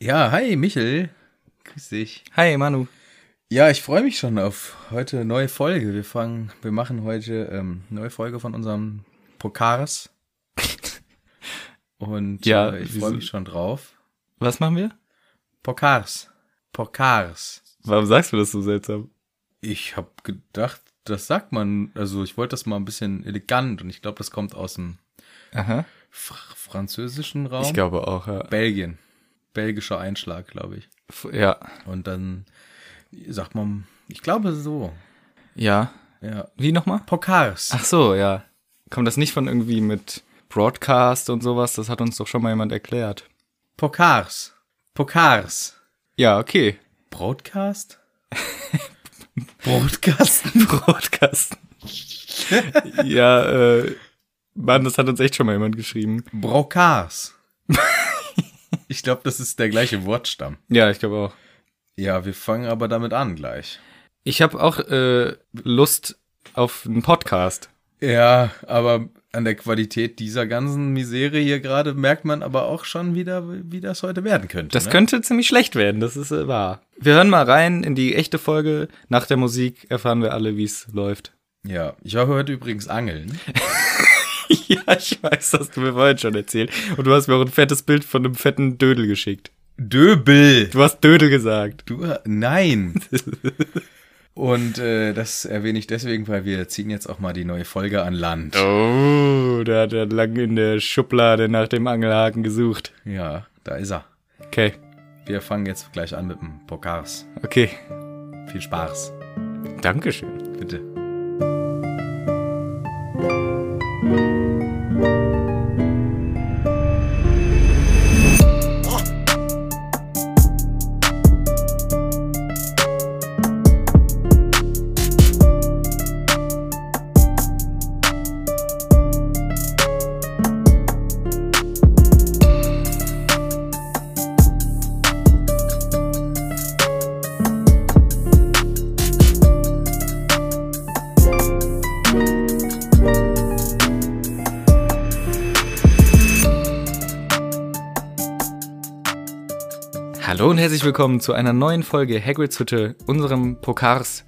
Ja, hi Michel. Grüß dich. Hi, Manu. Ja, ich freue mich schon auf heute neue Folge. Wir fangen, wir machen heute ähm, neue Folge von unserem Pokars. Und Ja, äh, ich wir freue sind- mich schon drauf. Was machen wir? Pokars. Pokars. Warum sagst du das so seltsam? Ich habe gedacht, das sagt man, also ich wollte das mal ein bisschen elegant und ich glaube, das kommt aus dem Aha. fr französischen Raum. Ich glaube auch, ja. Belgien. Belgischer Einschlag, glaube ich. F- Ja. Und dann sagt man, ich glaube so. Ja. Ja. Wie nochmal? Pokars. Ach so, ja. Kommt das nicht von irgendwie mit Broadcast und sowas? Das hat uns doch schon mal jemand erklärt. Pokars. Pokars. Ja, okay. Broadcast? Broadcast? Broadcast. ja, äh, Mann, das hat uns echt schon mal jemand geschrieben. Brokars. ich glaube, das ist der gleiche Wortstamm. Ja, ich glaube auch. Ja, wir fangen aber damit an gleich. Ich habe auch äh, Lust auf einen Podcast. Ja, aber an der Qualität dieser ganzen Misere hier gerade merkt man aber auch schon wieder, wie- wie das heute werden könnte. Das ne? könnte ziemlich schlecht werden, das ist äh, wahr. Wir hören mal rein in die echte Folge. Nach der Musik erfahren wir alle, wie es läuft. Ja, ich war heute übrigens angeln. ja, ich weiß, das hast du mir vorhin schon erzählt. Und du hast mir auch ein fettes Bild von einem fetten Dödel geschickt. Döbel! Du hast Dödel gesagt. Du, nein. Und äh, das erwähne ich deswegen, weil wir ziehen jetzt auch mal die neue Folge an Land. Oh, da hat er lang in der Schublade nach dem Angelhaken gesucht. Ja, da ist er. Okay, Wir fangen jetzt gleich an mit dem Pokars. okay. Viel Spaß, Dankeschön. bitte. Hallo und herzlich willkommen zu einer neuen Folge Hagrids Hütte, unserem Pokars.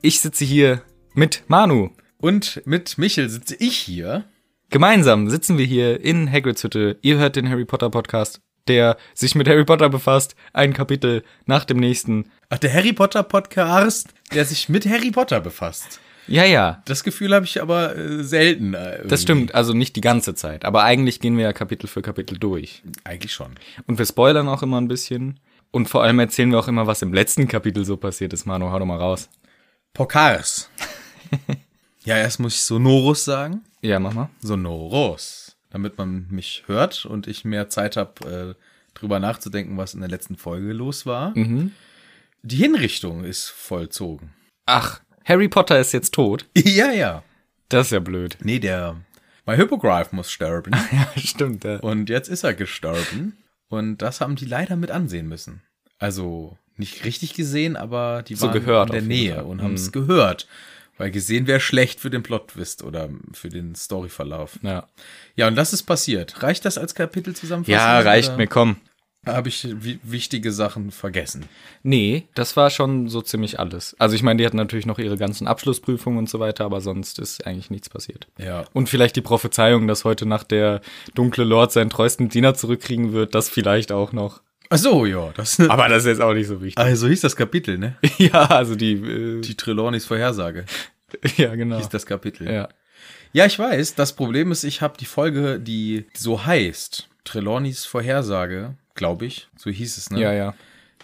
Ich sitze hier mit Manu. Und mit Michel sitze ich hier. Gemeinsam sitzen wir hier in Hagrids Hütte. Ihr hört den Harry Potter Podcast, der sich mit Harry Potter befasst, ein Kapitel nach dem nächsten. Ach, der Harry Potter Podcast, der sich mit Harry Potter befasst. Ja, ja, Das Gefühl habe ich aber äh, selten. äh, irgendwie. das stimmt, also nicht die ganze Zeit, aber eigentlich gehen wir ja Kapitel für Kapitel durch. Eigentlich schon. Und wir spoilern auch immer ein bisschen und vor allem erzählen wir auch immer, was im letzten Kapitel so passiert ist. Manu, hau doch mal raus. Pokars. ja, erst muss ich Sonorus sagen. Ja, mach mal. Sonoros, damit man mich hört und ich mehr Zeit habe, äh, drüber nachzudenken, was in der letzten Folge los war. Die Hinrichtung ist vollzogen. Ach, Harry Potter ist jetzt tot. ja, ja. Das ist ja blöd. Nee, der. My Hippogriff muss sterben. Ja, stimmt. Ja. und jetzt ist er gestorben. Und das haben die leider mit ansehen müssen. Also nicht richtig gesehen, aber die So waren gehört in der auf jeden Nähe Fall. Mhm. und haben es gehört. Weil gesehen wäre schlecht für den Plot-Twist oder für den Storyverlauf. Ja, Ja, und das ist passiert. Reicht das als Kapitel zusammenfassen? ja reicht oder? mir, komm. habe ich wi- wichtige Sachen vergessen. Nee, das war schon so ziemlich alles. Also ich meine, die hatten natürlich noch ihre ganzen Abschlussprüfungen und so weiter, aber sonst ist eigentlich nichts passiert. Ja. Und vielleicht die Prophezeiung, dass heute Nacht der dunkle Lord seinen treuesten Diener zurückkriegen wird, das vielleicht auch noch. Ach so, ja, das Aber das ist jetzt auch nicht so wichtig. also hieß das Kapitel, ne? ja, also die, äh, Die Trelawneys Vorhersage ja genau. hieß das Kapitel. Ja. Ja, ich weiß, das Problem ist, ich habe die Folge, die so heißt, Trelawneys Vorhersage, glaube ich, so hieß es, ne? ja, ja.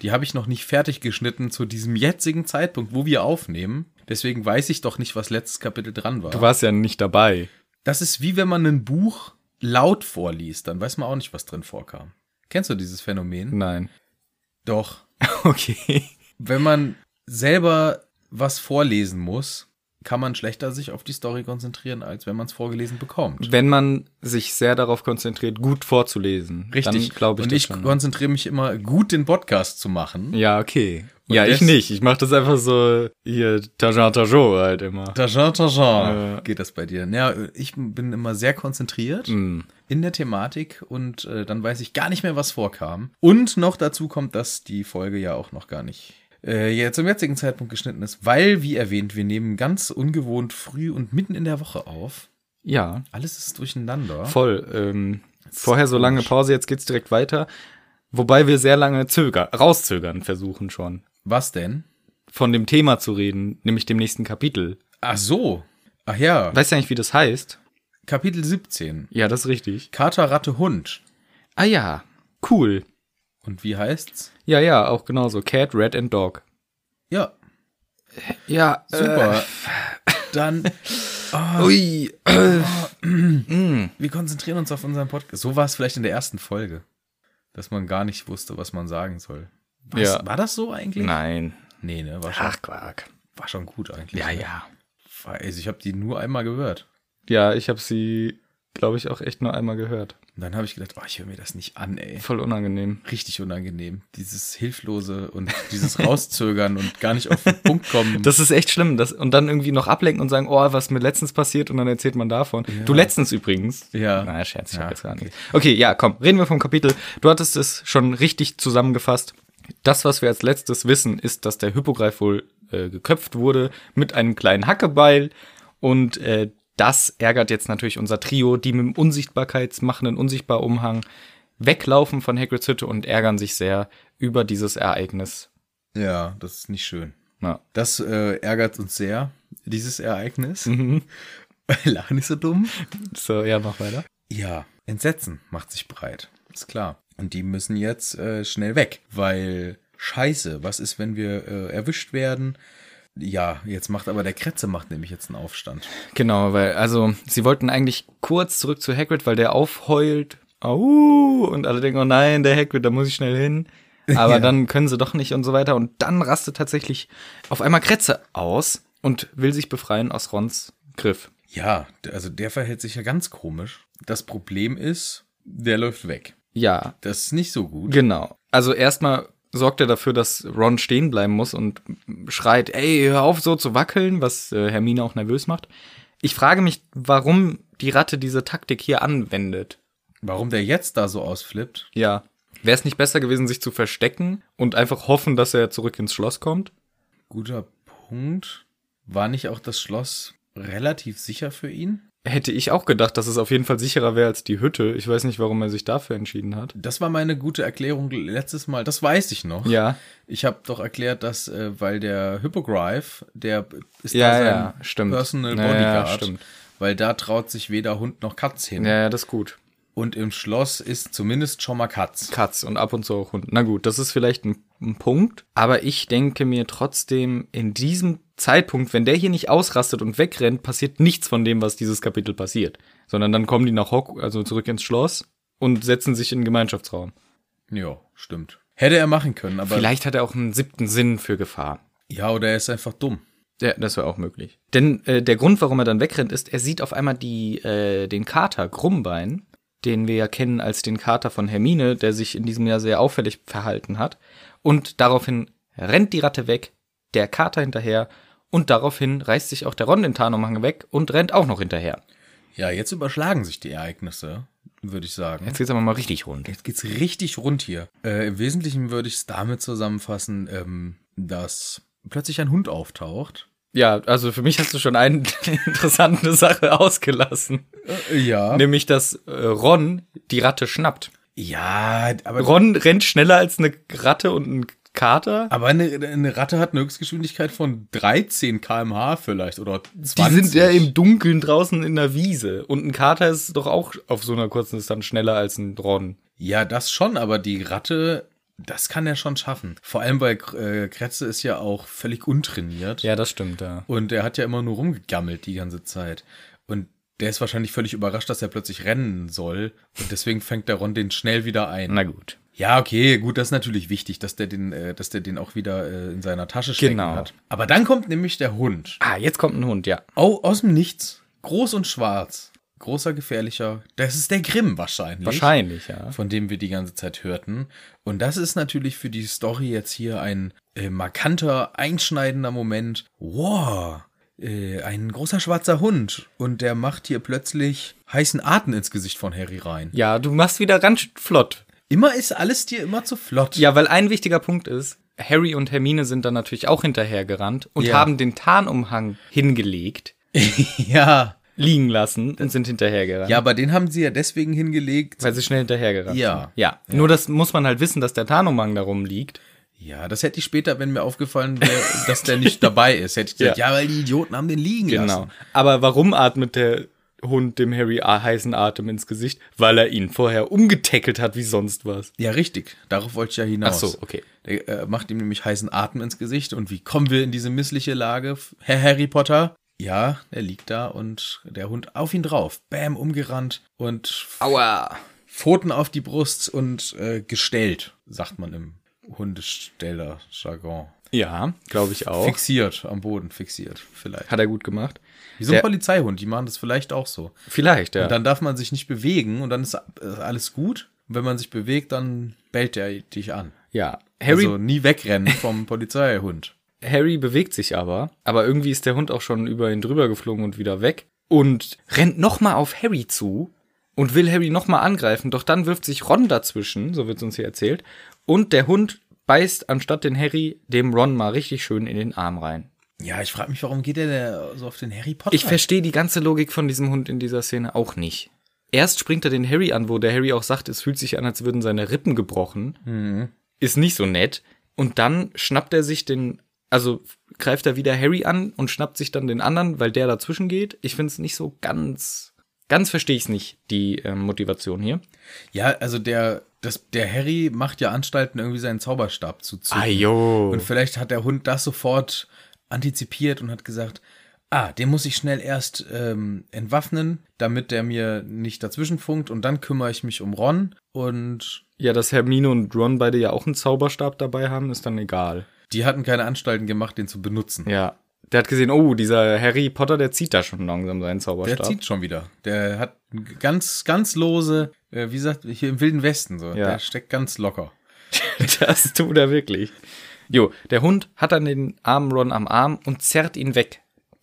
Die habe ich noch nicht fertig geschnitten zu diesem jetzigen Zeitpunkt, wo wir aufnehmen. Deswegen weiß ich doch nicht, was letztes Kapitel dran war. Du warst ja nicht dabei. Das ist wie wenn man ein Buch laut vorliest, dann weiß man auch nicht, was drin vorkam. Kennst du dieses Phänomen? Nein. Doch. Okay. wenn man selber was vorlesen muss kann man schlechter sich auf die Story konzentrieren, als wenn man es vorgelesen bekommt. Wenn man sich sehr darauf konzentriert, gut vorzulesen. Richtig, glaube ich. Und das ich schon. ne? konzentriere mich immer gut, den Podcast zu machen. Ja, okay. ja, ich des- nicht. Ich mache das einfach so hier Tajan Tajo halt immer. Tajan, tajan. Ja. Geht das bei dir? Ja, ich bin immer sehr konzentriert Mhm. Hm. in der Thematik und äh, dann weiß ich gar nicht mehr, was vorkam. Und noch dazu kommt, dass die Folge ja auch noch gar nicht äh, ja, zum jetzigen Zeitpunkt geschnitten ist, weil, wie erwähnt, wir nehmen ganz ungewohnt früh und mitten in der Woche auf. Ja, Alles ist durcheinander. voll. Ähm, vorher so lange Pause, jetzt geht's direkt weiter. Wobei wir sehr lange zögern, rauszögern versuchen schon, was denn? von dem Thema zu reden, nämlich dem nächsten Kapitel. Ach so. Ach ja, Weißt du eigentlich, wie das heißt? Kapitel 17. Ja, das ist richtig. Kater, Ratte, Hund. Ah ja, cool. Und wie heißt's? Ja, ja, auch genauso. Cat, Rat and Dog. Ja, Ja, super. Dann, oh, Äh, ui. Oh. Mm. wir konzentrieren uns auf unseren Podcast. So war es vielleicht in der ersten Folge, dass man gar nicht wusste, was man sagen soll. Was, Ja. War das so eigentlich? Nein. Nee, ne, war schon, Ach, Quark. war schon gut eigentlich. Ja, ne? ja. Weiß, ich habe die nur einmal gehört. Ja, ich habe sie, glaube ich, auch echt nur einmal gehört. Und dann habe ich gedacht, oh, ich höre mir das nicht an, ey. Voll unangenehm. Richtig unangenehm. Dieses Hilflose und dieses Rauszögern und gar nicht auf den Punkt kommen. Das ist echt schlimm. Das, und dann irgendwie noch ablenken und sagen, oh, was mir letztens passiert und dann erzählt man davon. Du letztens übrigens. Ja. Na, Scherz, ich Ja, hab jetzt gar nicht. Okay, ja, komm, reden wir vom Kapitel. Du hattest es schon richtig zusammengefasst. Das, was wir als letztes wissen, ist, dass der Hippogreif wohl äh, geköpft wurde mit einem kleinen Hackebeil. Und äh, das ärgert jetzt natürlich unser Trio, die mit dem unsichtbarkeitsmachenden Unsichtbarumhang weglaufen von Hagrids Hütte und ärgern sich sehr über dieses Ereignis. ja, das ist nicht schön. Ja. Das äh, ärgert uns sehr, dieses Ereignis. Lachen ist so dumm. So, ja, mach weiter. Ja, Entsetzen macht sich breit. Ist klar. Und die müssen jetzt äh, schnell weg, weil Scheiße, was ist, wenn wir äh, erwischt werden? Ja, jetzt macht aber der Kretze macht nämlich jetzt einen Aufstand. Genau, weil, also, sie wollten eigentlich kurz zurück zu Hagrid, weil der aufheult. Au! Und alle denken, oh nein, der Hagrid, da muss ich schnell hin. Aber dann können sie doch nicht und so weiter. Und dann rastet tatsächlich auf einmal Kretze aus und will sich befreien aus Rons Griff. Ja, d- also der verhält sich ja ganz komisch. Das Problem ist, der läuft weg. Ja, Das ist nicht so gut. genau. Also erstmal sorgt er dafür, dass Ron stehen bleiben muss und schreit, ey, hör auf so zu wackeln, was äh, Hermine auch nervös macht. Ich frage mich, warum die Ratte diese Taktik hier anwendet. Warum der jetzt da so ausflippt? Ja. Wäre es nicht besser gewesen, sich zu verstecken und einfach hoffen, dass er zurück ins Schloss kommt? Guter Punkt. War nicht auch das Schloss relativ sicher für ihn? Hätte ich auch gedacht, dass es auf jeden Fall sicherer wäre als die Hütte. Ich weiß nicht, warum er sich dafür entschieden hat. Das war meine gute Erklärung letztes Mal. Das weiß ich noch. Ja, Ich habe doch erklärt, dass äh, weil der Hippogreif, der ist Ja, da sein ja, stimmt. Personal Ja, ja, Bodyguard, stimmt. weil da traut sich weder Hund noch Katz hin. ja, ja, das ist gut. Und im Schloss ist zumindest schon mal Katz. Katz und ab und zu auch Hund. Na gut, das ist vielleicht ein, ein Punkt. Aber ich denke mir trotzdem, in diesem Zeitpunkt, wenn der hier nicht ausrastet und wegrennt, passiert nichts von dem, was dieses Kapitel passiert. Sondern dann kommen die nach Hock, also zurück ins Schloss und setzen sich in den Gemeinschaftsraum. Ja, stimmt. Hätte er machen können, aber Vielleicht hat er auch einen siebten Sinn für Gefahr. ja, oder er ist einfach dumm. Ja, das wäre auch möglich. Denn äh, der Grund, warum er dann wegrennt, ist, er sieht auf einmal die, äh, den Kater Grummbein, den wir ja kennen als den Kater von Hermine, der sich in diesem Jahr sehr auffällig verhalten hat. Und daraufhin rennt die Ratte weg, der Kater hinterher und daraufhin reißt sich auch der Ron den Tarnumhang weg und rennt auch noch hinterher. Ja, jetzt überschlagen sich die Ereignisse, würde ich sagen. Jetzt geht's aber mal richtig rund. Jetzt geht's richtig rund hier. Äh, Im Wesentlichen würde ich es damit zusammenfassen, ähm, dass plötzlich ein Hund auftaucht. Ja, also für mich hast du schon eine interessante Sache ausgelassen. Äh, ja. Nämlich, dass äh, Ron die Ratte schnappt. Ja, aber Ron rennt schneller als eine Ratte und ein Kater. Aber eine, eine Ratte hat eine Höchstgeschwindigkeit von 13 km/h vielleicht oder 20. Die sind ja im Dunkeln draußen in der Wiese. Und ein Kater ist doch auch auf so einer kurzen Distanz schneller als ein Ron. Ja, das schon, aber die Ratte, das kann er schon schaffen. Vor allem, weil äh, Kretze ist ja auch völlig untrainiert. Ja, das stimmt, ja. Und er hat ja immer nur rumgegammelt die ganze Zeit. Und Der ist wahrscheinlich völlig überrascht, dass er plötzlich rennen soll. Und deswegen fängt der Ron den schnell wieder ein. Na gut. Ja, okay, gut, das ist natürlich wichtig, dass der den, äh, dass der den auch wieder äh, in seiner Tasche stecken Genau. hat. Aber dann kommt nämlich der Hund. Ah, jetzt kommt ein Hund, ja. Au, aus dem Nichts. Groß und schwarz. Großer, gefährlicher. Das ist der Grimm wahrscheinlich. Wahrscheinlich, ja. Von dem wir die ganze Zeit hörten. Und das ist natürlich für die Story jetzt hier ein äh, markanter, einschneidender Moment. Wow. Äh, ein großer schwarzer Hund. Und der macht hier plötzlich heißen Atem ins Gesicht von Harry rein. Ja, du machst wieder ganz flott. Immer ist alles dir immer zu flott. Ja, weil ein wichtiger Punkt ist, Harry und Hermine sind dann natürlich auch hinterhergerannt und Ja. haben den Tarnumhang hingelegt, ja. liegen lassen und sind hinterhergerannt. Ja, aber den haben sie ja deswegen hingelegt. Weil sie schnell hinterhergerannt Ja. sind. Ja. ja. Nur das muss man halt wissen, dass der Tarnumhang da rumliegt. Ja, das hätte ich später, wenn mir aufgefallen wäre, dass der nicht dabei ist, hätte ich gesagt, ja, Ja. Genau. weil die Idioten haben den liegen lassen. Aber warum atmet der Hund dem Harry a- heißen Atem ins Gesicht? Weil er ihn vorher umgetackelt hat wie sonst was. Ja, richtig. Darauf wollte ich ja hinaus. Ach so, okay. Der äh, macht ihm nämlich heißen Atem ins Gesicht. Und wie kommen wir in diese missliche Lage, F- Herr Harry Potter? Ja, er liegt da und der Hund auf ihn drauf. Bäm, umgerannt und Aua. Pfoten auf die Brust und äh, gestellt, sagt man im Hundesteller-Jargon. Ja, glaube ich auch. Fixiert, am Boden fixiert, vielleicht. Hat er gut gemacht. Wie so ein Der- Polizeihund, die machen das vielleicht auch so. Vielleicht, ja. Und dann darf man sich nicht bewegen und dann ist äh, alles gut. Und wenn man sich bewegt, dann bellt er dich an. ja. Harry, also nie wegrennen vom Polizeihund. Harry bewegt sich aber, aber irgendwie ist der Hund auch schon über ihn drüber geflogen und wieder weg und rennt nochmal auf Harry zu und will Harry nochmal angreifen, doch dann wirft sich Ron dazwischen, so wird uns hier erzählt, und der Hund beißt anstatt den Harry dem Ron mal richtig schön in den Arm rein. Ja, ich frage mich, warum geht der da so auf den Harry Potter? Ich verstehe die ganze Logik von diesem Hund in dieser Szene auch nicht. Erst springt er den Harry an, wo der Harry auch sagt, es fühlt sich an, als würden seine Rippen gebrochen. Ist nicht so nett. Und dann schnappt er sich den, also greift er wieder Harry an und schnappt sich dann den anderen, weil der dazwischen geht. Ich finde es nicht so ganz, ganz verstehe ich es nicht, die ähm, Motivation hier. ja, also der, das, der Harry macht ja Anstalten, irgendwie seinen Zauberstab zu zücken. Ajo. Und vielleicht hat der Hund das sofort antizipiert und hat gesagt, ah, den muss ich schnell erst ähm, entwaffnen, damit der mir nicht dazwischen funkt und dann kümmere ich mich um Ron und Ja, dass Hermine und Ron beide ja auch einen Zauberstab dabei haben, ist dann egal. die hatten keine Anstalten gemacht, den zu benutzen. Ja. Der hat gesehen, oh, dieser Harry Potter, der zieht da schon langsam seinen Der Zauberstab. zieht schon wieder. Der hat ganz, ganz lose, äh, wie gesagt, hier im Wilden Westen so. Ja. Der steckt ganz locker. Das tut er wirklich. Jo, der Hund hat dann den armen Ron am Arm und zerrt ihn weg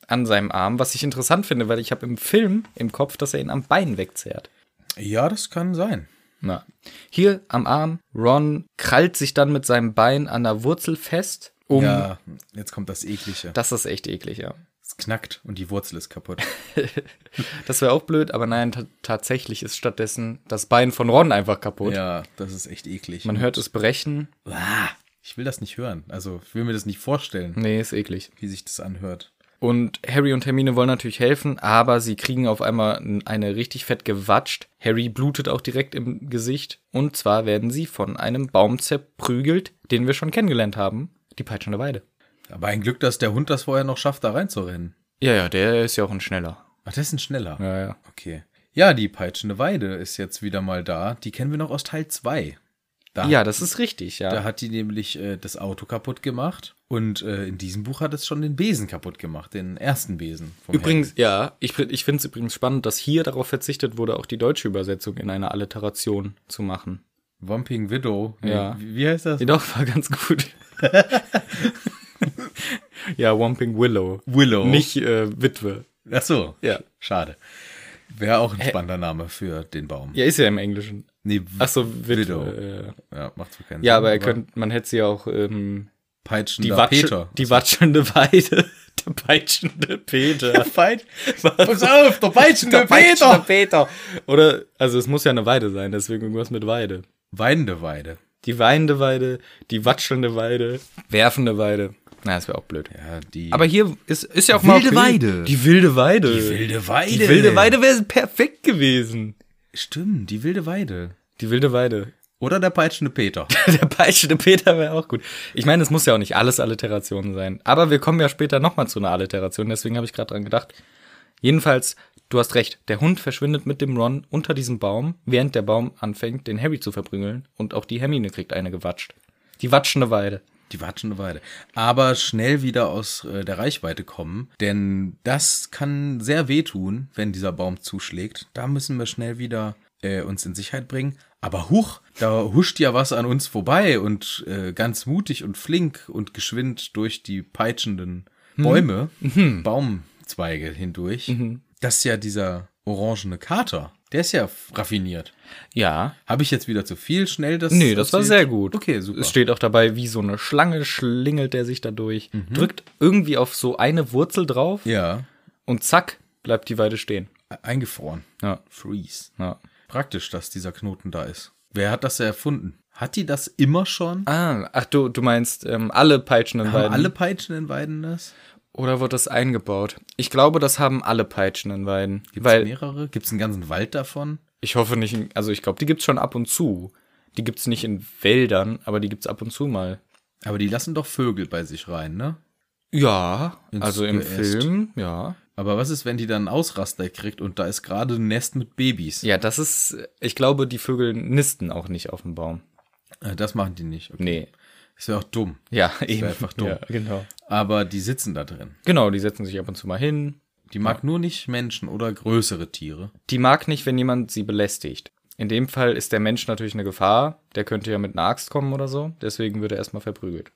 an seinem Arm, was ich interessant finde, weil ich habe im Film im Kopf, dass er ihn am Bein wegzerrt. Ja, das kann sein. Na. Hier am Arm, Ron krallt sich dann mit seinem Bein an der Wurzel fest, um. ja, jetzt kommt das Eklige. Das ist echt eklig, ja. Es knackt und die Wurzel ist kaputt. Das wäre auch blöd, aber nein, ta- tatsächlich ist stattdessen das Bein von Ron einfach kaputt. ja, das ist echt eklig. Man hört es brechen. Ah, ich will das nicht hören. Also, ich will mir das nicht vorstellen, Nee, ist eklig. wie sich das anhört. Und Harry und Hermine wollen natürlich helfen, aber sie kriegen auf einmal n- eine richtig fett gewatscht. Harry blutet auch direkt im Gesicht. Und zwar werden sie von einem Baum zerprügelt, den wir schon kennengelernt haben. Die peitschende Weide. Aber ein Glück, dass der Hund das vorher noch schafft, da reinzurennen. Ja, ja, der ist ja auch ein schneller. Ach, das ist ein schneller. Ja, ja. Okay. Ja, die peitschende Weide ist jetzt wieder mal da. Die kennen wir noch aus Teil 2. Da Ja, das ist richtig, ja. Da hat die nämlich äh, das Auto kaputt gemacht und äh, in diesem Buch hat es schon den Besen kaputt gemacht, den ersten Besen. Vom Übrigens, ja, ich, find- ich finde es übrigens spannend, dass hier darauf verzichtet wurde, auch die deutsche Übersetzung in einer Alliteration zu machen. Harry. Womping Widow. Nee, Ja. Wie, wie heißt das? Jedoch war ganz gut. ja, Womping Willow. Willow. Nicht. Nicht äh, Witwe. Ach so. Ja. Schade. Wäre auch ein spannender Name für den Baum. Ja, ist ja im Englischen. Nee, Ach so, Widow. Witwe. Äh, ja, macht so keinen Sinn. ja, aber er könnte, man hätte sie auch ähm, die, Peitschender Watsche, Peter. die watschelnde Weide, der peitschende Peter. Peit Pass auf, der peitschende Peter. Peter. Oder, also es muss ja eine Weide sein, deswegen irgendwas mit Weide. Weinende Weide. Die weinende Weide, die watschelnde Weide, werfende Weide. Na, das wäre auch blöd. Ja, die Aber hier ist, ist ja auch Wilde Weide. Die wilde Weide. Die wilde Weide. Die wilde Weide wäre perfekt gewesen. Stimmt, die wilde Weide. Die wilde Weide. Oder der peitschende Peter. Der peitschende Peter wäre auch gut. Ich meine, es muss ja auch nicht alles Alliteration sein. Aber wir kommen ja später nochmal zu einer Alliteration, deswegen habe ich gerade dran gedacht. Jedenfalls, Du hast recht, der Hund verschwindet mit dem Ron unter diesem Baum, während der Baum anfängt, den Harry zu verprügeln und auch die Hermine kriegt eine gewatscht. Die watschende Weide. Die watschende Weide. Aber schnell wieder aus äh, der Reichweite kommen, denn das kann sehr wehtun, wenn dieser Baum zuschlägt. Da müssen wir schnell wieder äh, uns in Sicherheit bringen. Aber huch, da huscht ja was an uns vorbei und äh, ganz mutig und flink und geschwind durch die peitschenden Mhm. Bäume, Baumzweige hindurch. Das ist ja dieser orangene Kater. Der ist ja raffiniert. Ja. Habe ich jetzt wieder zu viel schnell das? Nee, das war erzählt? sehr gut. Okay, super. Es steht auch dabei, wie so eine Schlange schlingelt er sich dadurch, drückt irgendwie auf so eine Wurzel drauf ja, und zack, bleibt die Weide stehen. e- eingefroren. Ja. Freeze. ja. Praktisch, dass dieser Knoten da ist. Wer hat das erfunden? Hat die das immer schon? Ah, ach du, du meinst ähm, alle peitschenden Haben Weiden. alle peitschenden Weiden das? Oder wird das eingebaut? Ich glaube, das haben alle peitschenden Weiden. Gibt's weil mehrere? Gibt's einen ganzen Wald davon? ich hoffe nicht, in, also ich glaube, die gibt's schon ab und zu. Die gibt's nicht in Wäldern, aber die gibt's ab und zu mal. Aber die lassen doch Vögel bei sich rein, ne? Ja, Ins also im Geäst. Film, ja. Aber was ist, wenn die dann einen Ausraster kriegt und da ist gerade ein Nest mit Babys? Ja, das ist, ich glaube, die Vögel nisten auch nicht auf dem Baum. Äh, Das machen die nicht. Okay. Nee. Ist ja auch dumm. Ja, eben. einfach dumm. Ja, genau. Aber die sitzen da drin. Genau, die setzen sich ab und zu mal hin. Die mag nur nicht Menschen oder größere Tiere. Die mag nicht, wenn jemand sie belästigt. In dem Fall ist der Mensch natürlich eine Gefahr. Der könnte ja mit einer Axt kommen oder so. Deswegen wird er erstmal verprügelt.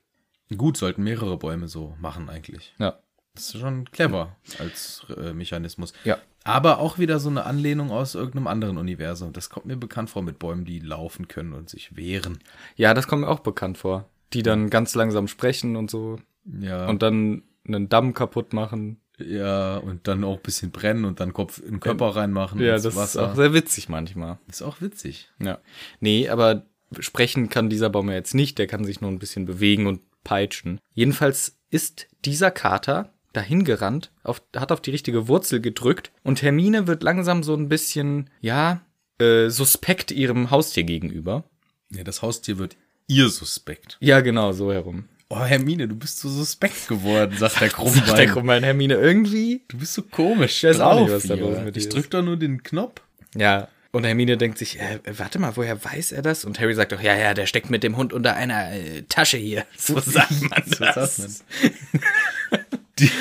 Gut, sollten mehrere Bäume so machen eigentlich. Ja. Das ist schon clever als äh, Mechanismus. Ja. Aber auch wieder so eine Anlehnung aus irgendeinem anderen Universum. Das kommt mir bekannt vor mit Bäumen, die laufen können und sich wehren. Ja, das kommt mir auch bekannt vor. Die dann ganz langsam sprechen und so. Ja. Und dann einen Damm kaputt machen. ja, und dann auch ein bisschen brennen und dann Kopf in den Körper reinmachen. Ja, ins das ist Wasser. auch sehr witzig manchmal. ist auch witzig. Ja. Nee, aber sprechen kann dieser Baum ja jetzt nicht. Der kann sich nur ein bisschen bewegen und peitschen. Jedenfalls ist dieser Kater dahin gerannt, auf, hat auf die richtige Wurzel gedrückt und Hermine wird langsam so ein bisschen, ja, äh, suspekt ihrem Haustier gegenüber. Ja, das Haustier wird ihr suspekt. Ja, genau, so herum. Oh, Hermine, du bist so suspekt geworden, sagt der Krummbein. Sagt der Krummbein Hermine irgendwie. Du bist so komisch. weiß auch nicht, was hier. da los mit dir Ich ist. drück doch nur den Knopf. Ja. Und Hermine denkt sich, äh, warte mal, woher weiß er das? Und Harry sagt doch, ja, ja, der steckt mit dem Hund unter einer äh, Tasche hier. So sagt man So das. sagt man. Die,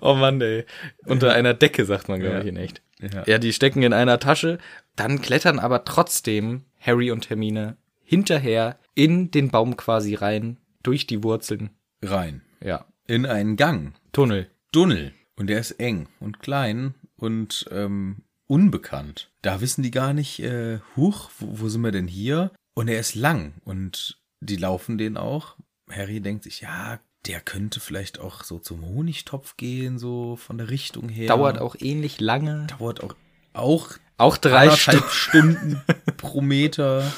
oh Mann, ey. Unter einer Decke sagt man, glaube Ja. ich, in echt. Ja. ja, die stecken in einer Tasche. Dann klettern aber trotzdem Harry und Hermine hinterher in den Baum quasi rein, durch die Wurzeln. Rein. Ja, In einen Gang. Tunnel. Dunnel. Und der ist eng und klein und ähm, unbekannt. Da wissen die gar nicht, äh, huch, wo, wo sind wir denn hier? Und er ist lang und die laufen den auch. Harry denkt sich, ja, der könnte vielleicht auch so zum Honigtopf gehen, so von der Richtung her. Dauert auch ähnlich lange. Dauert auch, auch Auch drei Stunden. anderthalb Stunden pro Meter.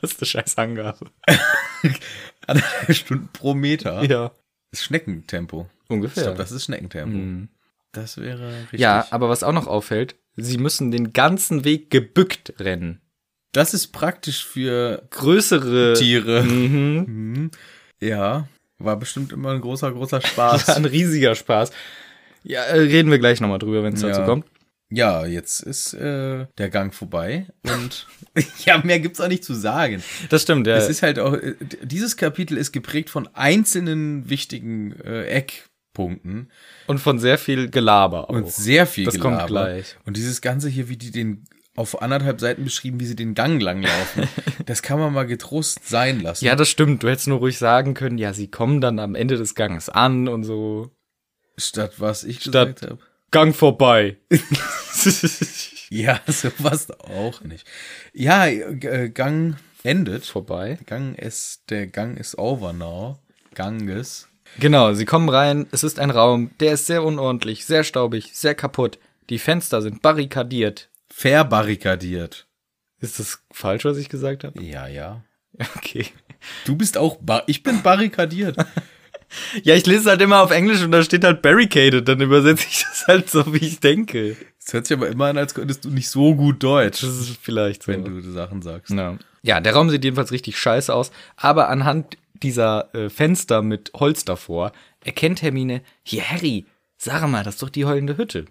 Das ist eine scheiß Angabe. Anderthalb Stunden pro Meter. Ja. Das ist Schneckentempo. Ich Ungefähr. Hm. glaube, das ist Schneckentempo. Das wäre richtig. Mhm. Ja, aber was auch noch auffällt, sie müssen den ganzen Weg gebückt rennen. das ist praktisch für Größere Tiere. Mhm. Mhm. Ja, war bestimmt immer ein großer, großer Das war Spaß. ein riesiger Spaß. Ja, äh, reden wir gleich nochmal drüber, wenn es Ja. dazu kommt. ja, jetzt ist äh, der Gang vorbei und ja, mehr gibt's auch nicht zu sagen. Das stimmt, ja. Es ist halt auch äh, d- dieses Kapitel ist geprägt von einzelnen wichtigen äh, Eckpunkten und von sehr viel Gelaber auch. und sehr viel Das kommt gleich. Und dieses ganze hier, wie die den auf anderthalb Seiten beschrieben, wie sie den Gang langlaufen, das kann man mal getrost sein lassen. ja, das stimmt. Du hättest nur ruhig sagen können, ja, sie kommen dann am Ende des Ganges an und so. Statt was ich Statt- gesagt habe. Gang vorbei. Ja, sowas auch nicht. Ja, äh, Gang endet. vorbei. Gang ist, der Gang ist over now. Ganges. Genau, sie kommen rein, es ist ein Raum, der ist sehr unordentlich, sehr staubig, sehr kaputt. Die Fenster sind barrikadiert. Verbarrikadiert. Ist das falsch, was ich gesagt habe? Ja, ja. Okay. Du bist auch, bar ich bin barrikadiert. Ja, ich lese es halt immer auf Englisch und da steht halt barricaded, dann übersetze ich das halt so, wie ich denke. Das hört sich aber immer an, als könntest du nicht so gut Deutsch, Das ist vielleicht so. wenn du die Sachen sagst. ja. ja, der Raum sieht jedenfalls richtig scheiße aus, aber anhand dieser äh, Fenster mit Holz davor erkennt Hermine, hier Harry, sag mal, das ist doch die heulende Hütte.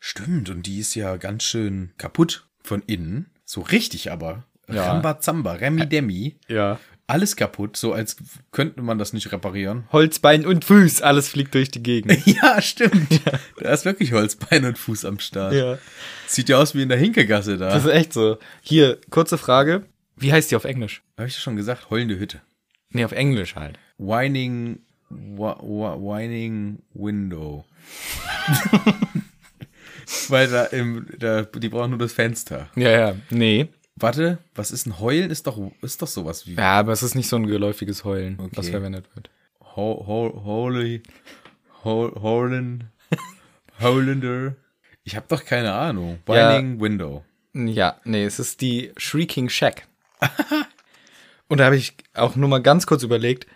Stimmt, und die ist ja ganz schön kaputt von innen. So richtig aber. Ja. Rambazamba, Remi Demi. Ja. Alles kaputt, so als könnte man das nicht reparieren. Holzbein und Fuß, alles fliegt durch die Gegend. Ja, stimmt. Da ist wirklich Holzbein und Fuß am Start. ja. Sieht ja aus wie in der Hinkegasse da. Das ist echt so. Hier, kurze Frage. Wie heißt die auf Englisch? Habe ich ja schon gesagt, heulende Hütte. Nee, auf Englisch halt. Whining, wa, wa, whining Window. Weil da, im, da, die brauchen nur das Fenster. Ja, ja. Nee. Warte, was ist ein Heulen? Ist doch, ist doch sowas wie Ja, aber es ist nicht so ein geläufiges Heulen, was Okay. verwendet wird. ho, ho, Holy, ho, Holen, Holender. Ich habe doch keine Ahnung. Ja. Whining Window. Ja, nee, es ist die Shrieking Shack. Und da habe ich auch nur mal ganz kurz überlegt,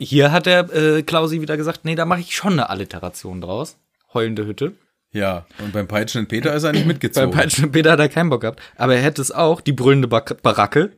hier hat der äh, Klausi wieder gesagt, nee, da mache ich schon eine Alliteration draus. Heulende Hütte. Ja, und beim Peitschen Peter ist er nicht Bei mitgezogen. Peitschen und Peter hat er keinen Bock gehabt. Aber er hätte es auch, die brüllende Bar Baracke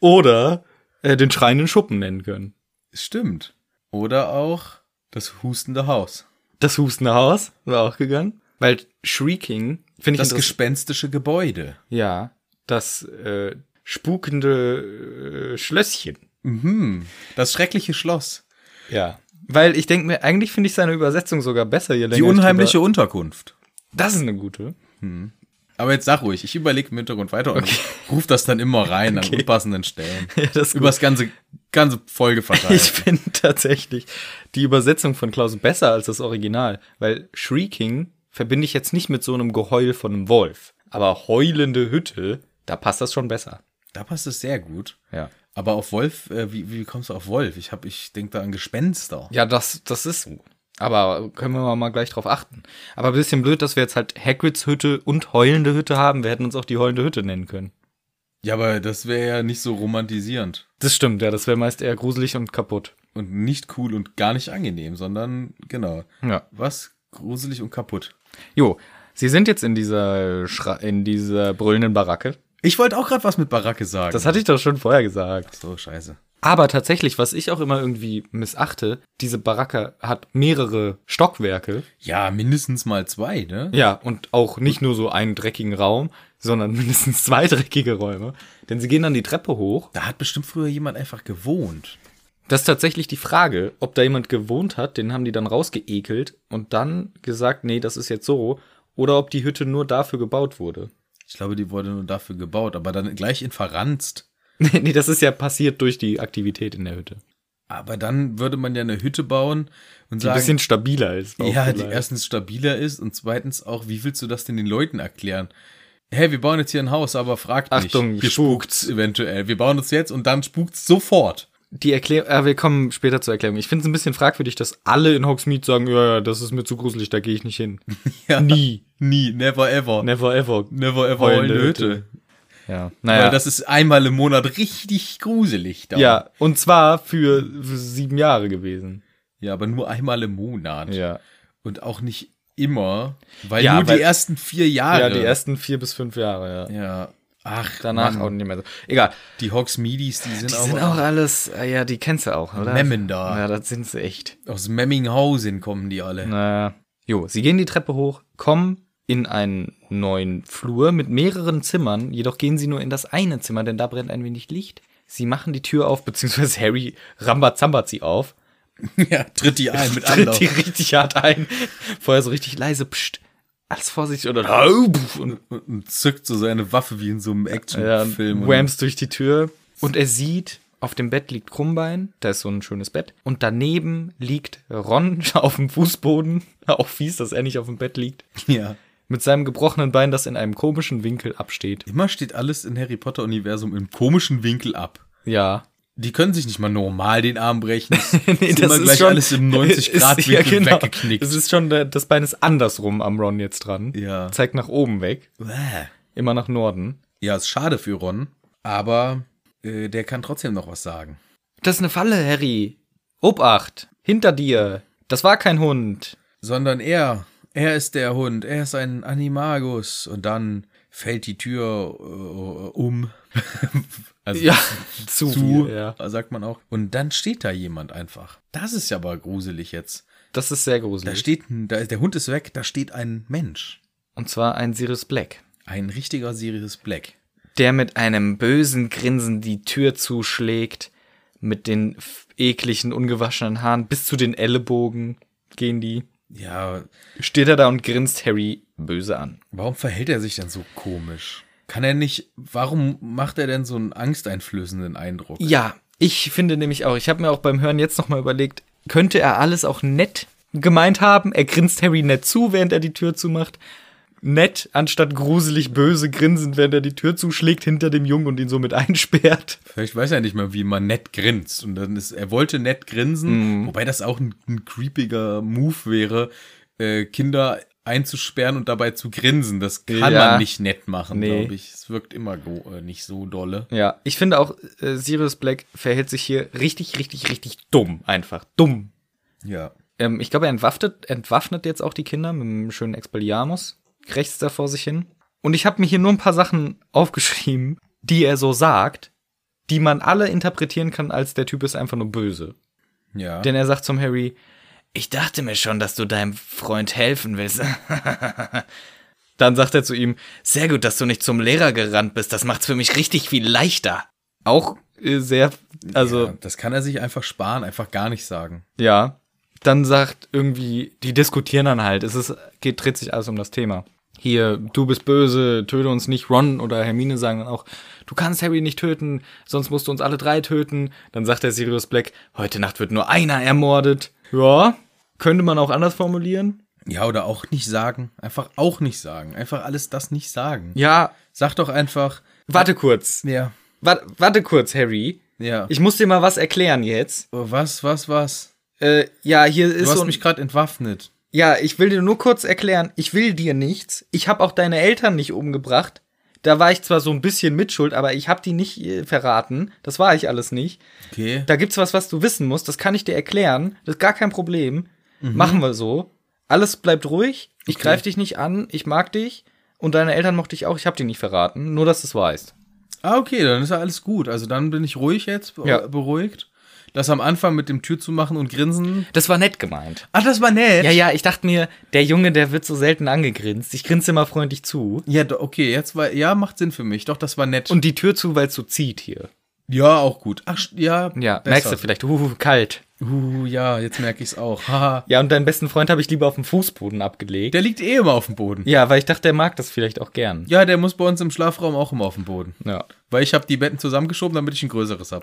oder äh, den schreienden Schuppen nennen können. Stimmt. Oder auch das hustende Haus. Das hustende Haus war auch gegangen. Weil Shrieking, finde ich Das interessant. gespenstische Gebäude. Ja, das äh, spukende äh, Schlösschen. Mhm. Das schreckliche Schloss. Ja. Weil ich denke mir, eigentlich finde ich seine Übersetzung sogar besser, je länger Die ich unheimliche drüber- Unterkunft. Das ist eine gute. Aber jetzt sag ruhig, ich überlege im Hintergrund weiter und ruf das dann immer rein an unpassenden Stellen. Ja, das ist Über das ganze, ganze Folge verteilt. Ich finde tatsächlich die Übersetzung von Klaus besser als das Original, weil Shrieking verbinde ich jetzt nicht mit so einem Geheul von einem Wolf. Aber heulende Hütte, da passt das schon besser. da passt es sehr gut. Ja. Aber auf Wolf, äh, wie, wie kommst du auf Wolf? Ich, hab, ich denke da an Gespenster. Ja, das, das ist so. Aber können wir mal gleich drauf achten. Aber ein bisschen blöd, dass wir jetzt halt Hagrids Hütte und heulende Hütte haben. Wir hätten uns auch die heulende Hütte nennen können. Ja, aber das wäre ja nicht so romantisierend. Das stimmt, ja, das wäre meist eher gruselig und kaputt. Und nicht cool und gar nicht angenehm, sondern, genau. Ja. Was? Gruselig und kaputt. Jo, Sie sind jetzt in dieser, Schra in dieser brüllenden Baracke. Ich wollte auch gerade was mit Baracke sagen. Das hatte ich doch schon vorher gesagt. so, scheiße. Aber tatsächlich, was ich auch immer irgendwie missachte, diese Baracke hat mehrere Stockwerke. Ja, mindestens mal zwei, ne? Ja, und auch nicht nur so einen dreckigen Raum, sondern mindestens zwei dreckige Räume. Denn sie gehen dann die Treppe hoch. Da hat bestimmt früher jemand einfach gewohnt. Das ist tatsächlich die Frage, ob da jemand gewohnt hat, den haben die dann rausgeekelt und dann gesagt, nee, das ist jetzt so. Oder ob die Hütte nur dafür gebaut wurde. Ich glaube, die wurde nur dafür gebaut, aber dann gleich in verranzt. Nee, nee, das ist ja passiert durch die Aktivität in der Hütte. Aber dann würde man ja eine Hütte bauen und Die ein sagen, bisschen stabiler ist. auch ja, die vielleicht. erstens stabiler ist und zweitens auch, wie willst du das denn den Leuten erklären? Hey, wir bauen jetzt hier ein Haus, aber fragt Achtung, nicht. Hier spukt's eventuell. Wir bauen uns jetzt und dann spukt's sofort. Die Erklärung, äh, wir kommen später zur Erklärung. Ich finde es ein bisschen fragwürdig, dass alle in Hogsmeade sagen, ja, ja, das ist mir zu gruselig, da gehe ich nicht hin. Ja. Nie. Ne- Nie, never ever. Never ever. never ever Heulende heulende Hütte. Ja. Weil Naja. das ist einmal im Monat richtig gruselig da. ja, und zwar für, für sieben Jahre gewesen. Ja, aber nur einmal im Monat. Ja. Und auch nicht immer, weil Ja, nur weil- die ersten vier Jahre. Ja, die ersten vier bis fünf Jahre, ja. Ja. Ach, Danach Mann, auch nicht mehr so. Egal. die Hogsmeadies, die sind, Die auch, sind auch alles, äh, ja, die kennst du auch, oder? Memmender. Ja, das sind sie echt. aus Memminghausen kommen die alle. Naja. Jo, sie gehen die Treppe hoch, kommen in einen neuen Flur mit mehreren Zimmern, jedoch gehen sie nur in das eine Zimmer, denn da brennt ein wenig Licht. Sie machen die Tür auf, beziehungsweise Harry rambazambert sie auf, Ja, tritt die ein mit tritt Anlauf. die richtig hart ein, vorher so richtig leise, pst, alles vorsichtig und dann, und, Und, und zückt so seine Waffe wie in so einem ja, Actionfilm. und und- whams durch die Tür. Und er sieht, auf dem Bett liegt Krummbein, da ist so ein schönes Bett, und daneben liegt Ron auf dem Fußboden, auch fies, dass er nicht auf dem Bett liegt. ja. Mit seinem gebrochenen Bein, das in einem komischen Winkel absteht. Immer steht alles im Harry Potter Universum im komischen Winkel ab. Ja. Die können sich nicht mal normal den Arm brechen. Nee, Ist immer gleich alles im 90 Grad ist- genau. Winkel weggeknickt. Es ist schon, der- das Bein ist andersrum am Ron jetzt dran. Ja. Zeigt nach oben weg. Bäh. Immer nach Norden. ja, ist schade für Ron, aber äh, der kann trotzdem noch was sagen. Das ist eine Falle, Harry. Obacht. Hinter dir. Das war kein Hund. sondern er, er ist der Hund, er ist ein Animagus und dann fällt die Tür äh, um. also zu, zu. äh, viel, ja. sagt man auch. Und dann steht da jemand einfach. Das ist ja aber gruselig jetzt. Das ist sehr Da gruselig. steht, ein- da ist, der Hund ist weg, da steht ein Mensch. Und zwar ein Sirius Black, Ein richtiger Sirius Black. der mit einem bösen Grinsen die Tür zuschlägt, mit den f- ekligen, ungewaschenen Haaren bis zu den Ellenbogen gehen die. Ja, Steht er da und grinst Harry böse an. warum verhält er sich denn so komisch? Kann er nicht, warum macht er denn so einen angsteinflößenden Eindruck? Ja, ich finde nämlich auch, ich habe mir auch beim Hören jetzt nochmal überlegt, könnte er alles auch nett gemeint haben? Er grinst Harry nett zu, während er die Tür zumacht. Nett, anstatt gruselig böse grinsend, während er die Tür zuschlägt hinter dem Jungen und ihn somit einsperrt. Vielleicht weiß er nicht mal, wie man nett grinst. Und dann ist, er wollte nett grinsen, Mhm. wobei das auch ein, ein creepiger Move wäre, äh, Kinder einzusperren und dabei zu grinsen. Das kann Ja. man nicht nett machen, Nee. glaube ich. Es wirkt immer go, äh, nicht so dolle. Ja, ich finde auch, äh, Sirius Black verhält sich hier richtig, richtig, richtig dumm. Einfach dumm. Ja. Ähm, ich glaube, er entwaffnet, entwaffnet jetzt auch die Kinder mit einem schönen Expelliarmus. Rechts da vor sich hin. Und ich habe mir hier nur ein paar Sachen aufgeschrieben, die er so sagt, die man alle interpretieren kann, als der Typ ist einfach nur böse. Ja. Denn er sagt zum Harry, ich dachte mir schon, dass du deinem Freund helfen willst. Dann sagt er zu ihm, sehr gut, dass du nicht zum Lehrer gerannt bist, das macht's für mich richtig viel leichter. Auch äh, sehr, also ja, das kann er sich einfach sparen, einfach gar nicht sagen. ja. Dann sagt irgendwie, die diskutieren dann halt. Es ist, geht, dreht sich alles um das Thema. Hier, du bist böse, töte uns nicht. Ron oder Hermine sagen dann auch, du kannst Harry nicht töten, sonst musst du uns alle drei töten. Dann sagt der Sirius Black, heute Nacht wird nur einer ermordet. Ja, könnte man auch anders formulieren. Ja, oder auch nicht sagen. Einfach auch nicht sagen. Einfach alles das nicht sagen. Ja, Sag doch einfach, warte kurz. ja, Warte, warte kurz, Harry. ja. Ich muss dir mal was erklären jetzt. was, was, was? Äh, ja, hier Du ist hast so ein- mich gerade entwaffnet. Ja, ich will dir nur kurz erklären, ich will dir nichts. Ich habe auch deine Eltern nicht umgebracht. Da war ich zwar so ein bisschen mitschuld, aber ich habe die nicht äh, verraten. Das war ich alles nicht. Okay. Da gibt's was, was du wissen musst. Das kann ich dir erklären. Das ist gar kein Problem. Machen wir so. Alles bleibt ruhig. Ich greif dich nicht an. Ich mag dich. Und deine Eltern mochte ich auch. Ich habe die nicht verraten. Nur, dass du es weißt. Ah, okay, dann ist ja alles gut. Also dann bin ich ruhig jetzt, be- Ja. beruhigt. Das am Anfang mit dem Tür zu machen und grinsen. Das war nett gemeint. Ach, das war nett. Ja, Ja, ja, ich dachte mir, der Junge, der wird so selten angegrinst. Ich grinse immer freundlich zu. do- okay, jetzt war, ja, macht Sinn für mich. Doch, das war nett. Und die Tür zu, weil es so zieht hier. ja, auch gut. Ach, st- ja. Ja, besser. merkst du vielleicht, uh, kalt. Uh, ja, jetzt merke ich's auch. Haha. Ja, und deinen besten Freund habe ich lieber auf dem Fußboden abgelegt. Der liegt eh immer auf dem Boden. ja, weil ich dachte, der mag das vielleicht auch gern. Ja, der muss bei uns im Schlafraum auch immer auf dem Boden. Ja. Weil ich habe die Betten zusammengeschoben, damit ich ein größeres hab.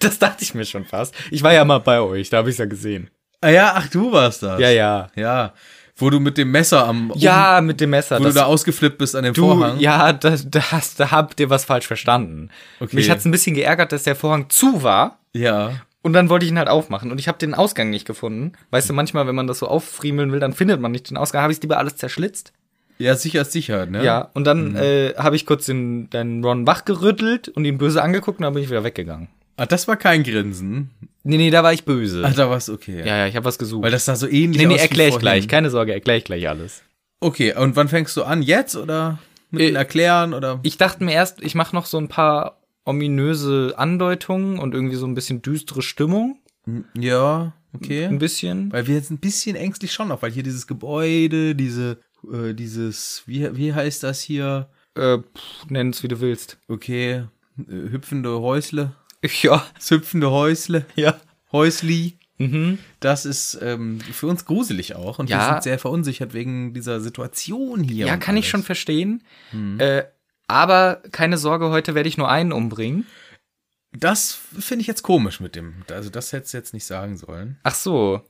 Das dachte ich mir schon fast. Ich war ja mal bei euch, da habe ich es ja gesehen. ah ja, ach, du warst das. Ja, ja. Ja, wo du mit dem Messer am... um, Ja, mit dem Messer. Wo das- du da ausgeflippt bist an dem du Vorhang. ja, da, da, hast, da habt ihr was falsch verstanden. Okay. Mich hat's ein bisschen geärgert, dass der Vorhang zu war. ja. Und dann wollte ich ihn halt aufmachen und ich habe den Ausgang nicht gefunden. Weißt du, manchmal, wenn man das so auffriemeln will, dann findet man nicht den Ausgang. Habe ich lieber alles zerschlitzt. Ja, sicher ist sicher, ne? Ja, und dann äh, habe ich kurz den, den Ron wachgerüttelt und ihn böse angeguckt und dann bin ich wieder weggegangen. Ah, das war kein Grinsen. Nee, nee, da war ich böse. Ah, da war es okay. ja, ja, ich habe was gesucht. Weil das sah so ähnlich nee, nee, aus wie erkläre ich vorhin. gleich. Keine Sorge, erkläre ich gleich alles. Okay, und wann fängst du an? Jetzt oder mit Äh, dem Erklären oder? Ich dachte mir erst, ich mache noch so ein paar ominöse Andeutungen und irgendwie so ein bisschen düstere Stimmung. ja, Ein okay. bisschen. Weil wir jetzt ein bisschen ängstlich schon noch, weil hier dieses Gebäude, diese, äh, dieses, wie, wie heißt das hier? Äh, pff, nenn es, wie du willst. Okay, äh, hüpfende Häusle, Ja, das hüpfende Häusle, ja. Häusli. Mhm. Das ist ähm, für uns gruselig auch und wir Ja. sind sehr verunsichert wegen dieser Situation hier. Ja, und kann ich alles. schon verstehen. Äh, aber keine Sorge, heute werde ich nur einen umbringen. Das finde ich jetzt komisch mit dem. Also das hättest du jetzt nicht sagen sollen. Ach so.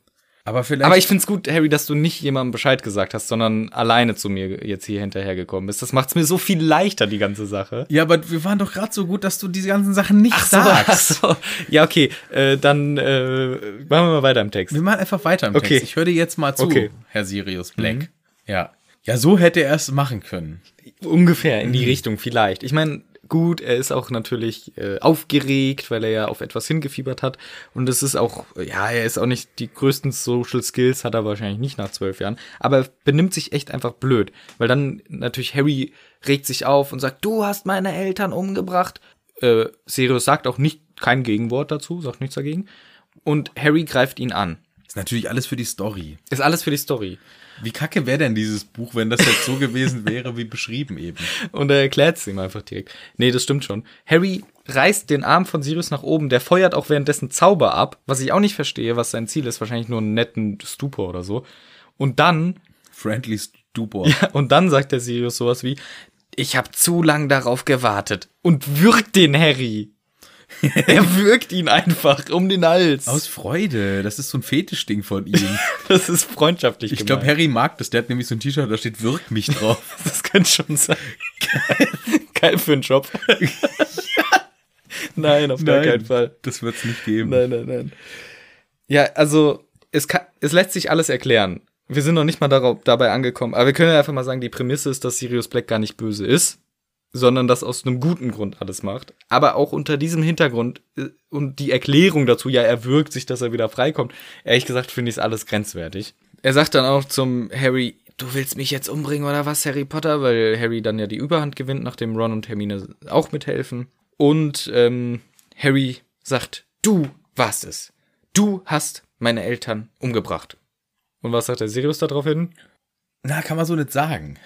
Aber vielleicht. Aber ich find's gut, Harry, dass du nicht jemandem Bescheid gesagt hast, sondern alleine zu mir jetzt hier hinterhergekommen bist. Das macht's mir so viel leichter, die ganze Sache. Ja, aber wir waren doch gerade so gut, dass du diese ganzen Sachen nicht sagst. so. Ja, okay. Äh, dann äh, machen wir mal weiter im Text. Wir machen einfach weiter im Okay. Text. Ich höre dir jetzt mal zu, Okay. Mhm. Herr Sirius Black. Ja. Ja, so hätte er es machen können. Ungefähr in die Richtung, vielleicht. Ich meine, gut, er ist auch natürlich äh, aufgeregt, weil er ja auf etwas hingefiebert hat. Und es ist auch, ja, er ist auch nicht die größten Social Skills, hat er wahrscheinlich nicht nach zwölf Jahren. Aber er benimmt sich echt einfach blöd. Weil dann natürlich Harry regt sich auf und sagt, du hast meine Eltern umgebracht. Äh, Sirius sagt auch nicht kein Gegenwort dazu, sagt nichts dagegen. Und Harry greift ihn an. Ist natürlich alles für die Story. Ist alles für die Story. Wie kacke wäre denn dieses Buch, wenn das jetzt so gewesen wäre, wie beschrieben eben? Und er erklärt es ihm einfach direkt. Nee, das stimmt schon. Harry reißt den Arm von Sirius nach oben, der feuert auch währenddessen Zauber ab, was ich auch nicht verstehe, was sein Ziel ist, wahrscheinlich nur einen netten Stupor oder so. Und dann, Friendly Stupor. ja, und dann sagt der Sirius sowas wie, ich habe zu lang darauf gewartet und würgt den Harry. er würgt ihn einfach um den Hals. Aus Freude. Das ist so ein Fetischding von ihm. das ist freundschaftlich Ich glaube, gemeint. Harry mag das. Der hat nämlich so ein T-Shirt, da steht Wirk mich drauf. Das könnte schon sein. Geil für einen Job. Nein, auf gar Nein. keinen Fall. Das wird's nicht geben. Nein, nein, nein. Ja, also es, kann, es lässt sich alles erklären. Wir sind noch nicht mal darauf, dabei angekommen. Aber wir können ja einfach mal sagen, die Prämisse ist, dass Sirius Black gar nicht böse ist, sondern das aus einem guten Grund alles macht. Aber auch unter diesem Hintergrund äh, und die Erklärung dazu, ja, er wirkt sich, dass er wieder freikommt. Ehrlich gesagt finde ich es alles grenzwertig. Er sagt dann auch zum Harry, du willst mich jetzt umbringen oder was, Harry Potter? Weil Harry dann ja die Überhand gewinnt, nachdem Ron und Hermine auch mithelfen. Und ähm, Harry sagt, du warst es. Du hast meine Eltern umgebracht. Und was sagt der Sirius da drauf hin? Na, kann man so nicht sagen.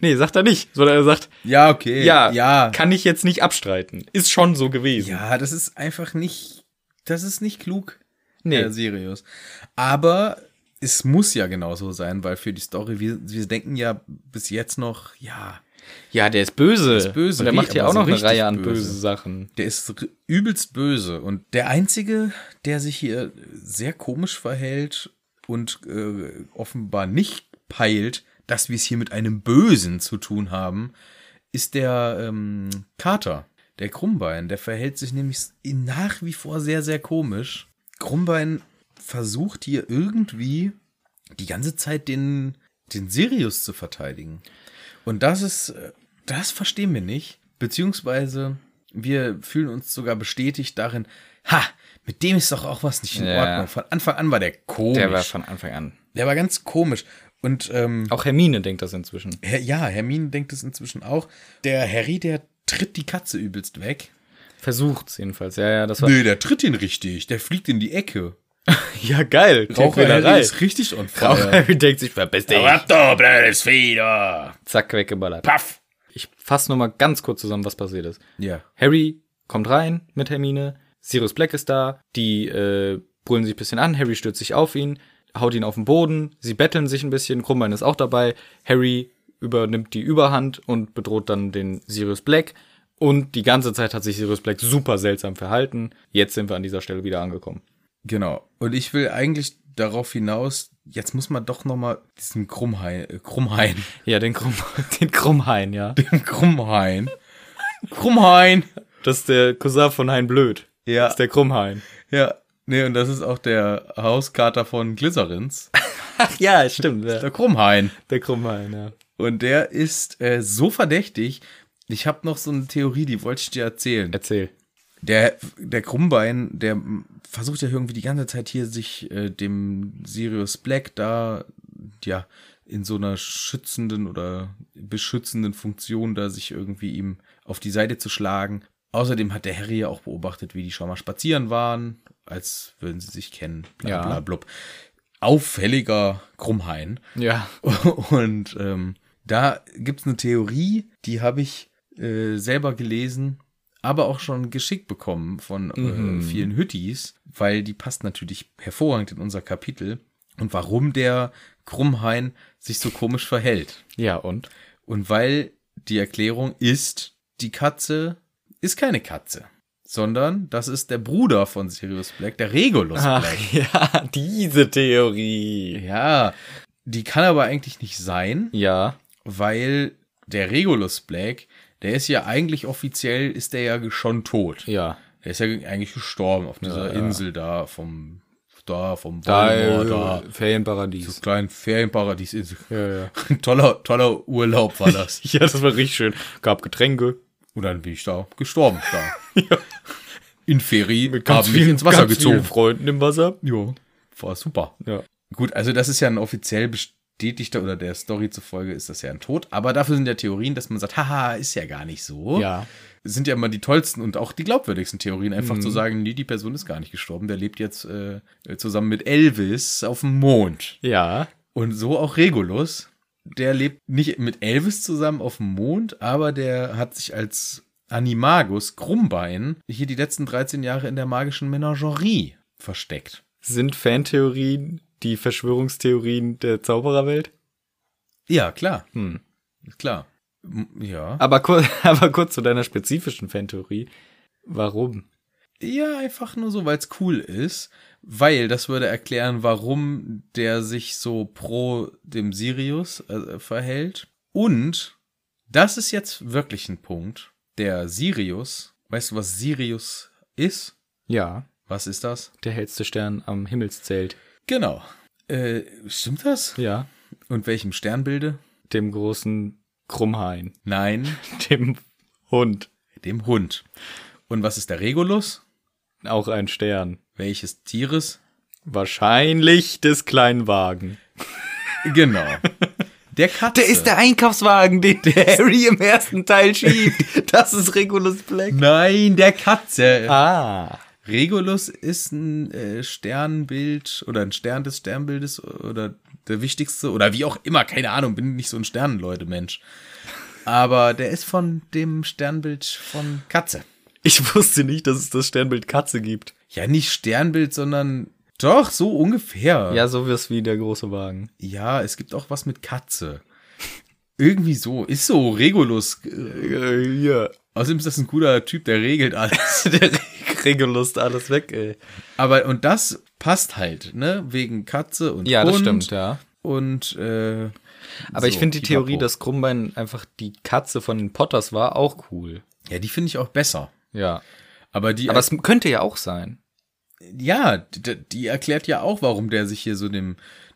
Nee, sagt er nicht, sondern er sagt, Ja, okay. ja, Ja. kann ich jetzt nicht abstreiten. Ist schon so gewesen. Ja, das ist einfach nicht. Das ist nicht klug. Nee. Herr Sirius. Aber es muss ja genauso sein, weil für die Story, wir, wir denken ja bis jetzt noch, ja, Ja, der ist böse. böse, Und der macht richtig, ja aber auch so noch eine richtig Reihe an böse. böse Sachen. der ist r- übelst böse. Und der Einzige, der sich hier sehr komisch verhält und äh, offenbar nicht peilt, dass wir es hier mit einem Bösen zu tun haben, ist der ähm, Kater, der Krummbein. Der verhält sich nämlich s- nach wie vor sehr, sehr komisch. Krummbein versucht hier irgendwie die ganze Zeit den, den Sirius zu verteidigen. Und das ist, äh, das verstehen wir nicht. Beziehungsweise wir fühlen uns sogar bestätigt darin, ha, mit dem ist doch auch was nicht in Ja. Ordnung. Von Anfang an war der komisch. Der war von Anfang an. der war ganz komisch. Und ähm, Auch Hermine denkt das inzwischen. Her ja, Hermine denkt es inzwischen auch. Der Harry, der tritt die Katze übelst weg. Versucht's jedenfalls. Ja, ja, das war. Nee, der tritt ihn richtig. Der fliegt in die Ecke. Ja, geil. Raucher Harry Raucherei. ist richtig on Raucher fire. Harry denkt sich, verpiss dich. Raptor, blödes Fieder. Zack, weggeballert. Paff. Ich fasse nur mal ganz kurz zusammen, was passiert ist. Ja. Harry kommt rein mit Hermine, Sirius Black ist da, die äh, brüllen sich ein bisschen an, Harry stürzt sich auf ihn, haut ihn auf den Boden, sie betteln sich ein bisschen, Krummbein ist auch dabei, Harry übernimmt die Überhand und bedroht dann den Sirius Black. Und die ganze Zeit hat sich Sirius Black super seltsam verhalten. Jetzt sind wir an dieser Stelle wieder angekommen. Genau. Und ich will eigentlich darauf hinaus, jetzt muss man doch noch mal diesen Krummhain, äh, Krummhain, Ja, den, Krumm, den Krummhain, ja. den Krummhain. Krummhain. Das ist der Cousin von Hein Blöd. Ja. Das ist der Krummhain. Ja. Nee, und das ist auch der Hauskater von Glycerins. Ach ja, stimmt. Ja. Der Krummhain. Der Krummhain, ja. Und der ist äh, so verdächtig. Ich habe noch so eine Theorie, die wollte ich dir erzählen. Erzähl. Der, der Krummbein, der mm, versucht ja irgendwie die ganze Zeit hier sich äh, dem Sirius Black da, ja, in so einer schützenden oder beschützenden Funktion da sich irgendwie ihm auf die Seite zu schlagen. Außerdem hat der Harry ja auch beobachtet, wie die schon mal spazieren waren, als würden sie sich kennen. Bla, Ja. bla, blub. Auffälliger Krummhain. Ja. Und ähm, da gibt's eine Theorie, die habe ich äh, selber gelesen, aber auch schon geschickt bekommen von äh, Mhm. vielen Hüttis, weil die passt natürlich hervorragend in unser Kapitel. Und warum der Krummhain sich so komisch verhält. Ja, und? Und weil die Erklärung ist, die Katze ist keine Katze, sondern das ist der Bruder von Sirius Black, der Regulus Black. Ach ja, diese Theorie. Ja, die kann aber eigentlich nicht sein, Ja, weil der Regulus Black, der ist ja eigentlich offiziell, ist der ja schon tot. ja. Der ist ja eigentlich gestorben auf dieser Ja, ja. Insel da vom, da vom Da, Voldemort, da. Ferienparadies. Kleinen Ferienparadiesinsel. Ja, ja. toller, toller Urlaub war das. ja, das war richtig schön. Gab Getränke. Und dann bin ich da gestorben. Da. In Ferien Mit ganz haben mich vielen, ins Wasser ganz vielen gezogen. Freunden im Wasser. Ja, war super. Ja. Gut, also das ist ja ein offiziell best- die Dichter oder der Story zufolge ist das ja ein Tod. Aber dafür sind ja Theorien, dass man sagt, haha, ist ja gar nicht so. Ja. Sind ja immer die tollsten und auch die glaubwürdigsten Theorien, einfach zu sagen, nee, die Person ist gar nicht gestorben, der lebt jetzt äh, zusammen mit Elvis auf dem Mond. Ja. Und so auch Regulus. Der lebt nicht mit Elvis zusammen auf dem Mond, aber der hat sich als Animagus Krummbein hier die letzten 13 Jahre in der magischen Menagerie versteckt. Sind Fantheorien die Verschwörungstheorien der Zaubererwelt? Hm. Ja, klar. Klar. M- Ja. Aber, kur aber kurz zu deiner spezifischen Fantheorie. Warum? Ja, einfach nur so, weil es cool ist. Weil das würde erklären, warum der sich so pro dem Sirius äh, verhält. Und das ist jetzt wirklich ein Punkt. Der Sirius, weißt du, was Sirius ist? Ja. Was ist das? Der hellste Stern am Himmelszelt. Genau. Äh, stimmt das? Ja. Und welchem Sternbilde? Dem großen Krummhain. Nein, Dem Hund. dem Hund. Und was ist der Regulus? Auch ein Stern. Welches Tieres? Wahrscheinlich des Kleinwagen. Genau. Der Katze. Einkaufswagen, den der Harry im ersten Teil schiebt. Das ist Regulus Black. Nein, der Katze. Ah. Regulus ist ein äh, Sternbild oder ein Stern des Sternbildes oder der wichtigste oder wie auch immer, keine Ahnung, bin nicht so ein Sternenleute-Mensch. Aber der ist von dem Sternbild von Katze. Ich wusste nicht, dass es das Sternbild Katze gibt. Ja, nicht Sternbild, sondern doch, so ungefähr. Ja, so wir's wie der große Wagen. ja es gibt auch was mit Katze. Irgendwie so, ist so Regulus. äh, ja. Außerdem ist das ein guter Typ, der regelt alles. Der Regulus alles weg, ey. Aber und das passt halt, ne? Wegen Katze und Ja, das Hund stimmt, ja. Und äh, Aber ich so, finde die Theorie, pipapo. dass Krummbein einfach die Katze von den Potters war, auch cool. Ja, die finde ich auch besser. Ja. Aber die äh, Aber es könnte ja auch sein. ja, die, die erklärt ja auch, warum der sich hier so dem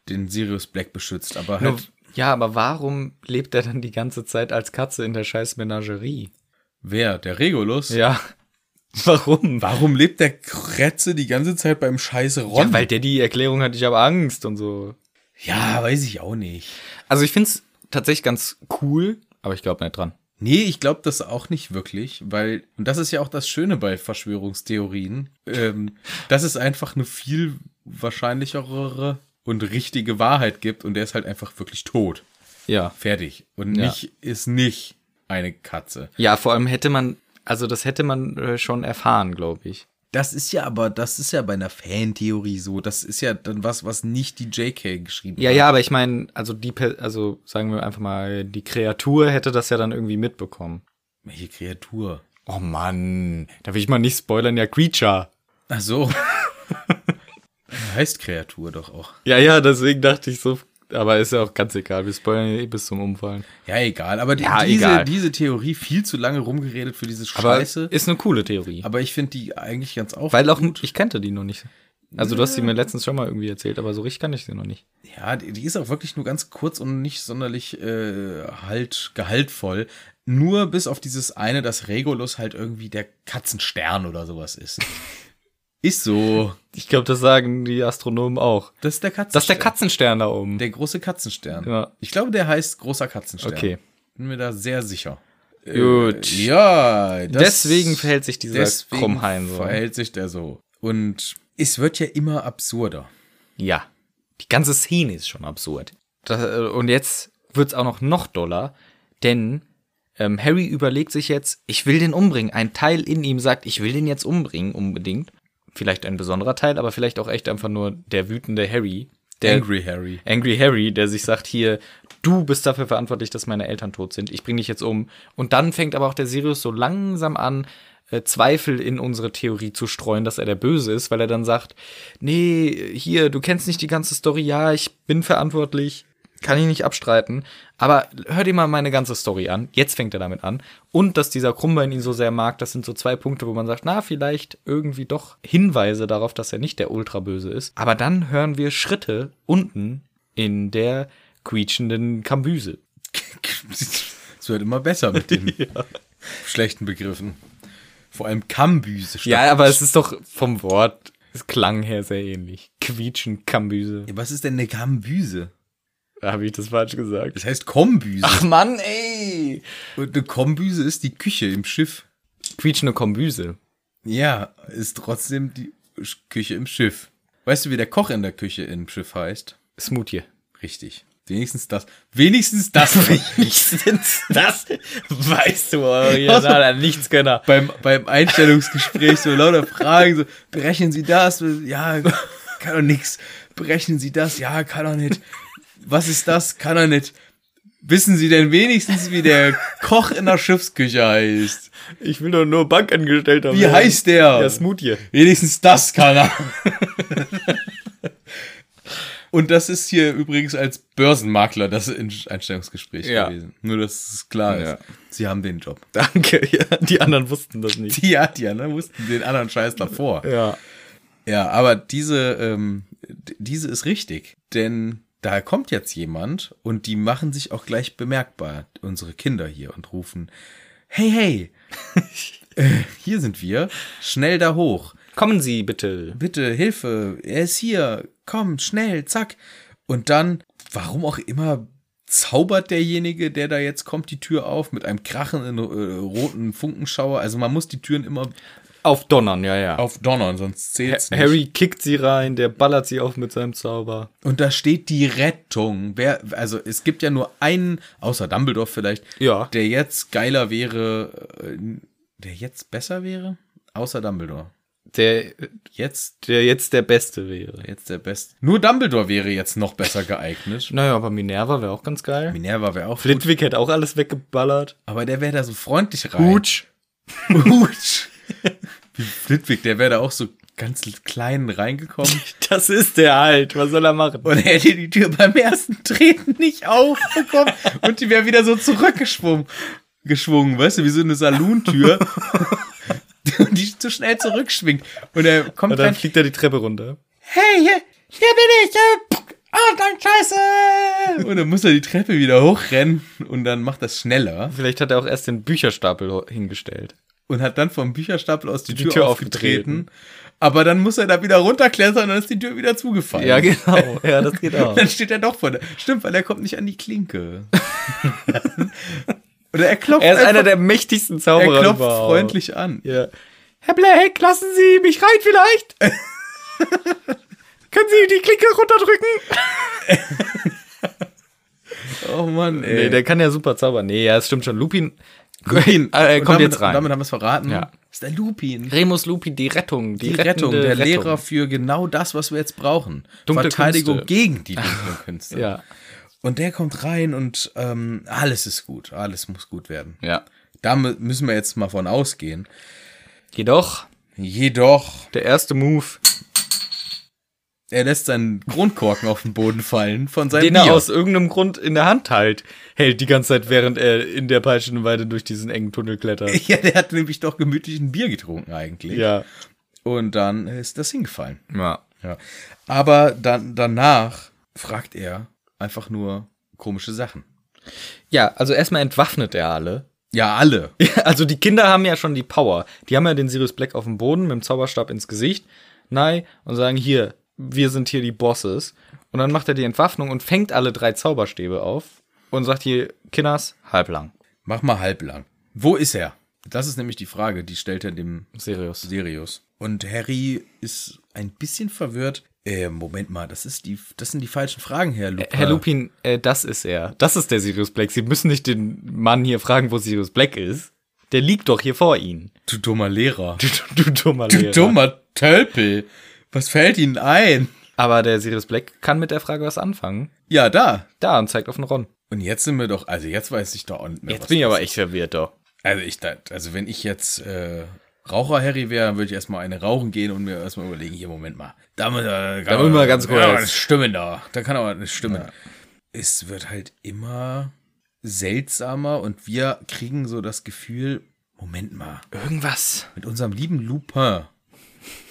den Sirius Black beschützt, aber halt Nur, ja, aber warum lebt er dann die ganze Zeit als Katze in der scheiß Menagerie? wer? Der Regulus? Ja. Warum? Warum lebt der Kretze die ganze Zeit beim scheiß Ron? Ja, weil der die Erklärung hat, ich habe Angst und so. Ja, weiß ich auch nicht. Also ich finde es tatsächlich ganz cool, aber ich glaube nicht dran. Nee, ich glaube das auch nicht wirklich, weil, und das ist ja auch das Schöne bei Verschwörungstheorien, ähm, dass es einfach eine viel wahrscheinlichere und richtige Wahrheit gibt und der ist halt einfach wirklich tot. Ja. Fertig. Und Ja. nicht ist nicht eine Katze. Ja, vor allem hätte man, also das hätte man äh, schon erfahren, glaube ich. Das ist ja aber, das ist ja bei einer Fantheorie so. Das ist ja dann was, was nicht die JK geschrieben Ja, hat. ja, aber ich meine, also die, Per- also sagen wir einfach mal, die Kreatur hätte das ja dann irgendwie mitbekommen. Welche Kreatur? Oh Mann, da will ich mal nicht spoilern, ja, Creature. Ach so. heißt Kreatur doch auch. Ja, ja, deswegen dachte ich so, aber ist ja auch ganz egal, wir spoilern ja eh bis zum Umfallen. Ja, egal. Aber die, Ja, diese, egal. diese Theorie viel zu lange rumgeredet für diese Aber Scheiße. ist eine coole Theorie. Aber ich finde die eigentlich ganz auch. Weil auch, ich kannte die noch nicht. Also du hast sie mir letztens schon mal irgendwie erzählt, aber so richtig kannte ich sie noch nicht. ja, die, die ist auch wirklich nur ganz kurz und nicht sonderlich äh, halt gehaltvoll. Nur bis auf dieses eine, dass Regulus halt irgendwie der Katzenstern oder sowas ist. ist so. Ich glaube, das sagen die Astronomen auch. Das ist der Katzenstern. Das ist der Katzenstern da oben. Der große Katzenstern. Ja. Ich glaube, der heißt großer Katzenstern. Okay. Bin mir da sehr sicher. Gut. Äh, ja. das- Deswegen verhält sich dieser deswegen Krummhain so. Verhält sich der so. Und es wird ja immer absurder. Ja. Die ganze Szene ist schon absurd. Das, äh, und jetzt wird's auch noch, noch doller, denn ähm, Harry überlegt sich jetzt, ich will den umbringen. Ein Teil in ihm sagt, ich will den jetzt umbringen, unbedingt. Vielleicht ein besonderer Teil, aber vielleicht auch echt einfach nur der wütende Harry. Der Angry Harry. Angry Harry, der sich sagt, hier, du bist dafür verantwortlich, dass meine Eltern tot sind, ich bringe dich jetzt um. Und dann fängt aber auch der Sirius so langsam an, äh, Zweifel in unsere Theorie zu streuen, dass er der Böse ist, weil er dann sagt, nee, hier, du kennst nicht die ganze Story, ja, ich bin verantwortlich, kann ich nicht abstreiten, aber hör dir mal meine ganze Story an, jetzt fängt er damit an. Und dass dieser Krummbein ihn so sehr mag, das sind so zwei Punkte, wo man sagt, na, vielleicht irgendwie doch Hinweise darauf, dass er nicht der Ultraböse ist. Aber dann hören wir Schritte unten in der quietschenden Kambüse. Es wird immer besser mit den schlechten Begriffen. Vor allem Kambüse. statt- Ja, aber es ist doch vom Wort, es klang her sehr ähnlich. Quietschen, Kambüse. Was ist denn eine Kambüse? Habe ich das falsch gesagt? Das heißt Kombüse. Ach Mann, ey! Und eine Kombüse ist die Küche im Schiff. Quietschende Kombüse. Ja, ist trotzdem die Sch- Küche im Schiff. Weißt du, wie der Koch in der Küche im Schiff heißt? Smoothie. Richtig. Wenigstens das. Wenigstens das. Wenigstens das weißt du, originaler Nichtskönner. beim, beim Einstellungsgespräch so lauter Fragen, so, berechnen Sie das? Ja, kann doch nix. Berechnen Sie das? Ja, kann doch nicht. Was ist das? Kann doch nicht. Wissen Sie denn wenigstens, wie der Koch in der Schiffsküche heißt? Ich will doch nur Bankangestellter Wie heißt der? Der Smoothie. Wenigstens das kann er. Und das ist hier übrigens als Börsenmakler das Einstellungsgespräch Ja. gewesen. Nur, dass es klar Ja. ist. Sie haben den Job. Danke, ja, die anderen wussten das nicht. Die hat ja, ne? Wussten den anderen Scheiß davor. Ja. Ja, aber diese, ähm, d- diese ist richtig. Denn da kommt jetzt jemand und die machen sich auch gleich bemerkbar, unsere Kinder hier, und rufen, hey, hey, äh, hier sind wir, schnell da hoch, Kommen Sie bitte. bitte Hilfe, er ist hier, komm, schnell, zack. Und dann, warum auch immer, zaubert derjenige, der da jetzt kommt, die Tür auf mit einem krachenden äh, roten Funkenschauer. Also man muss die Türen immer Auf Donnern, ja, ja. auf Donnern, sonst zählt's nicht. Harry kickt sie rein, der ballert sie auf mit seinem Zauber. Und da steht die Rettung. Wer, also es gibt ja nur einen, außer Dumbledore vielleicht, Ja. der jetzt geiler wäre, äh, der jetzt besser wäre, außer Dumbledore. Der, Jetzt, der jetzt der Beste wäre. jetzt der Best. Nur Dumbledore wäre jetzt noch besser geeignet. Naja, aber Minerva wäre auch ganz geil. Minerva wäre auch gut, Flitwick hätte auch alles weggeballert. aber der wäre da so freundlich rein. Hutsch. Wie Flitwick, der wäre da auch so ganz klein reingekommen. Das ist der halt. Was soll er machen? Und er hätte die Tür beim ersten Treten nicht aufbekommen und die wäre wieder so zurückgeschwungen. Geschwungen, weißt du, wie so eine Salontür. Und die zu schnell zurückschwingt. Und er kommt Und dann dann. fliegt er die Treppe runter. Hey, hier, hier bin ich. äh, pff, Oh, dann scheiße. Und dann muss er die Treppe wieder hochrennen und dann macht das schneller Vielleicht hat er auch erst den Bücherstapel ho- hingestellt. und hat dann vom Bücherstapel aus die, Die Tür, Tür aufgetreten. Aber dann muss er da wieder runterklettern und dann ist die Tür wieder zugefallen. genau. Ja, das geht auch. Dann steht er doch vor der. Stimmt, weil er kommt nicht an die Klinke. Oder er klopft. Er ist einfach- einer der mächtigsten er Zauberer klopft überhaupt. freundlich an. Ja. Herr Black, lassen Sie mich rein vielleicht. Können Sie die Klinke runterdrücken? Oh Mann, ey. Nee, der kann ja super zaubern. Nee, ja, es stimmt schon. Lupin, Lupin. Äh, Und kommt damit, jetzt rein. und Damit haben wir es verraten. Ja. Ist der Lupin. Remus Lupin, die Rettung. Die Rettung, der Lehrer für genau das, was wir jetzt brauchen. Dunkle Verteidigung Künste. gegen die dunklen Künste. Ja. Und der kommt rein und ähm, alles ist gut. Alles muss gut werden. ja. Da mü- müssen wir jetzt mal von ausgehen. Jedoch, Jedoch, der erste Move, er lässt seinen Grundkorken auf den Boden fallen von seinem den Bier. er aus irgendeinem Grund in der Hand halt hält, die ganze Zeit, während er in der peitschenden Weide durch diesen engen Tunnel klettert. Ja, der hat nämlich doch gemütlich ein Bier getrunken eigentlich. Ja. Und dann ist das hingefallen. ja. Ja. Aber dann, danach fragt er einfach nur komische Sachen. Ja, also erstmal entwaffnet er alle. Ja, alle. Ja, also die Kinder haben ja schon die Power. Die haben ja den Sirius Black auf dem Boden mit dem Zauberstab ins Gesicht. Nein, und sagen hier, wir sind hier die Bosses. Und dann macht er die Entwaffnung und fängt alle drei Zauberstäbe auf und sagt hier, Kinders, halblang. Mach mal halblang. Wo ist er? Das ist nämlich die Frage, die stellt er dem Sirius. Sirius. Und Harry ist ein bisschen verwirrt. Äh, Moment mal, das, ist die, das sind die falschen Fragen, Herr Lupin. Herr Lupin, äh, das ist er. Das ist der Sirius Black. Sie müssen nicht den Mann hier fragen, wo Sirius Black ist. Der liegt doch hier vor Ihnen. Du dummer Lehrer. Du, du, du dummer Du Lehrer. dummer Tölpel. Was fällt Ihnen ein? Aber der Sirius Black kann mit der Frage was anfangen. Ja, da. Da, und zeigt auf den Ron. Und jetzt sind wir doch, also jetzt weiß ich doch auch nicht mehr, Jetzt was bin ich aber echt verwirrt, doch. Also ich, da- also wenn ich jetzt äh, Raucher Harry wäre, dann würde ich erstmal eine rauchen gehen und mir erstmal überlegen, hier Moment mal, da muss da kann müssen wir ganz kurz. Ja, aber das Stimmen da, da kann aber eine Stimme. Es wird halt immer seltsamer und wir kriegen so das Gefühl, Moment mal, Irgendwas. mit unserem lieben Lupin,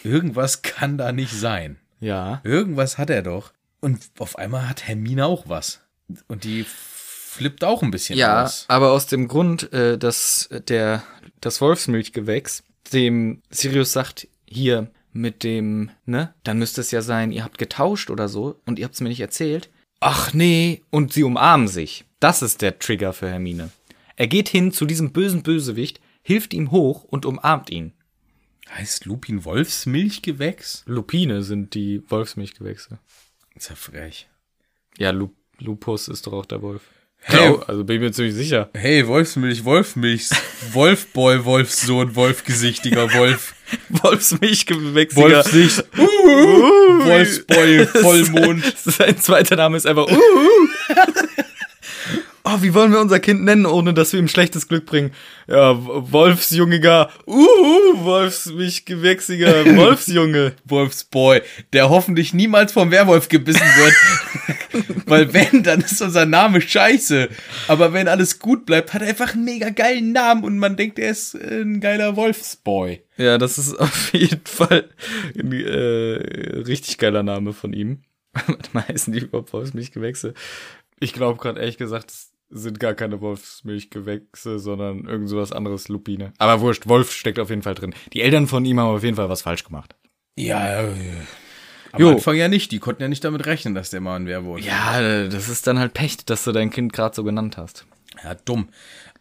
irgendwas kann da nicht sein. Ja. Irgendwas hat er doch. Und auf einmal hat Hermine auch was. Und die flippt auch ein bisschen Ja, aus. aber aus dem Grund, äh, dass der, das Wolfsmilchgewächs dem Sirius sagt, hier mit dem, ne, dann müsste es ja sein, ihr habt getauscht oder so und ihr habt es mir nicht erzählt. ach nee, und sie umarmen sich. Das ist der Trigger für Hermine. Er geht hin zu diesem bösen Bösewicht, hilft ihm hoch und umarmt ihn. Heißt Lupin Wolfsmilchgewächs? Lupine sind die Wolfsmilchgewächse. Ist ja frech. Ja, Lu Lupus ist doch auch der Wolf. Hey. Glaub- also bin ich mir ziemlich sicher. Hey, Wolfsmilch, Wolfmilch, Wolfboy, Wolfsohn, Wolfgesichtiger, Wolf, Wolfsmilchgewächse. Wolfsicht, uh, uh, Wolfsboy, Vollmond. Sein zweiter Name ist einfach. uh. Uhu. oh, wie wollen wir unser Kind nennen, ohne dass wir ihm schlechtes Glück bringen? Ja, W- Wolfsjungiger. Uh, Uhu, Wolfsmilchgewächsiger Wolfsjunge. Wolfsboy, der hoffentlich niemals vom Werwolf gebissen wird. Weil wenn, dann ist unser Name scheiße. Aber wenn alles gut bleibt, hat er einfach einen mega geilen Namen und man denkt, er ist äh, ein geiler Wolfsboy. Ja, das ist auf jeden Fall ein äh, richtig geiler Name von ihm. Manchmal heißen die überhaupt Wolfsmilchgewächse. Ich glaube gerade ehrlich gesagt, es sind gar keine Wolfsmilchgewächse, sondern irgend sowas anderes, Lupine. Aber wurscht, Wolf steckt auf jeden Fall drin. Die Eltern von ihm haben auf jeden Fall was falsch gemacht. Ja, äh, am Jo. Anfang ja nicht. Die konnten ja nicht damit rechnen, dass der mal ein Werwolf ist. Ja, das ist dann halt Pech, dass du dein Kind gerade so genannt hast. Ja, dumm.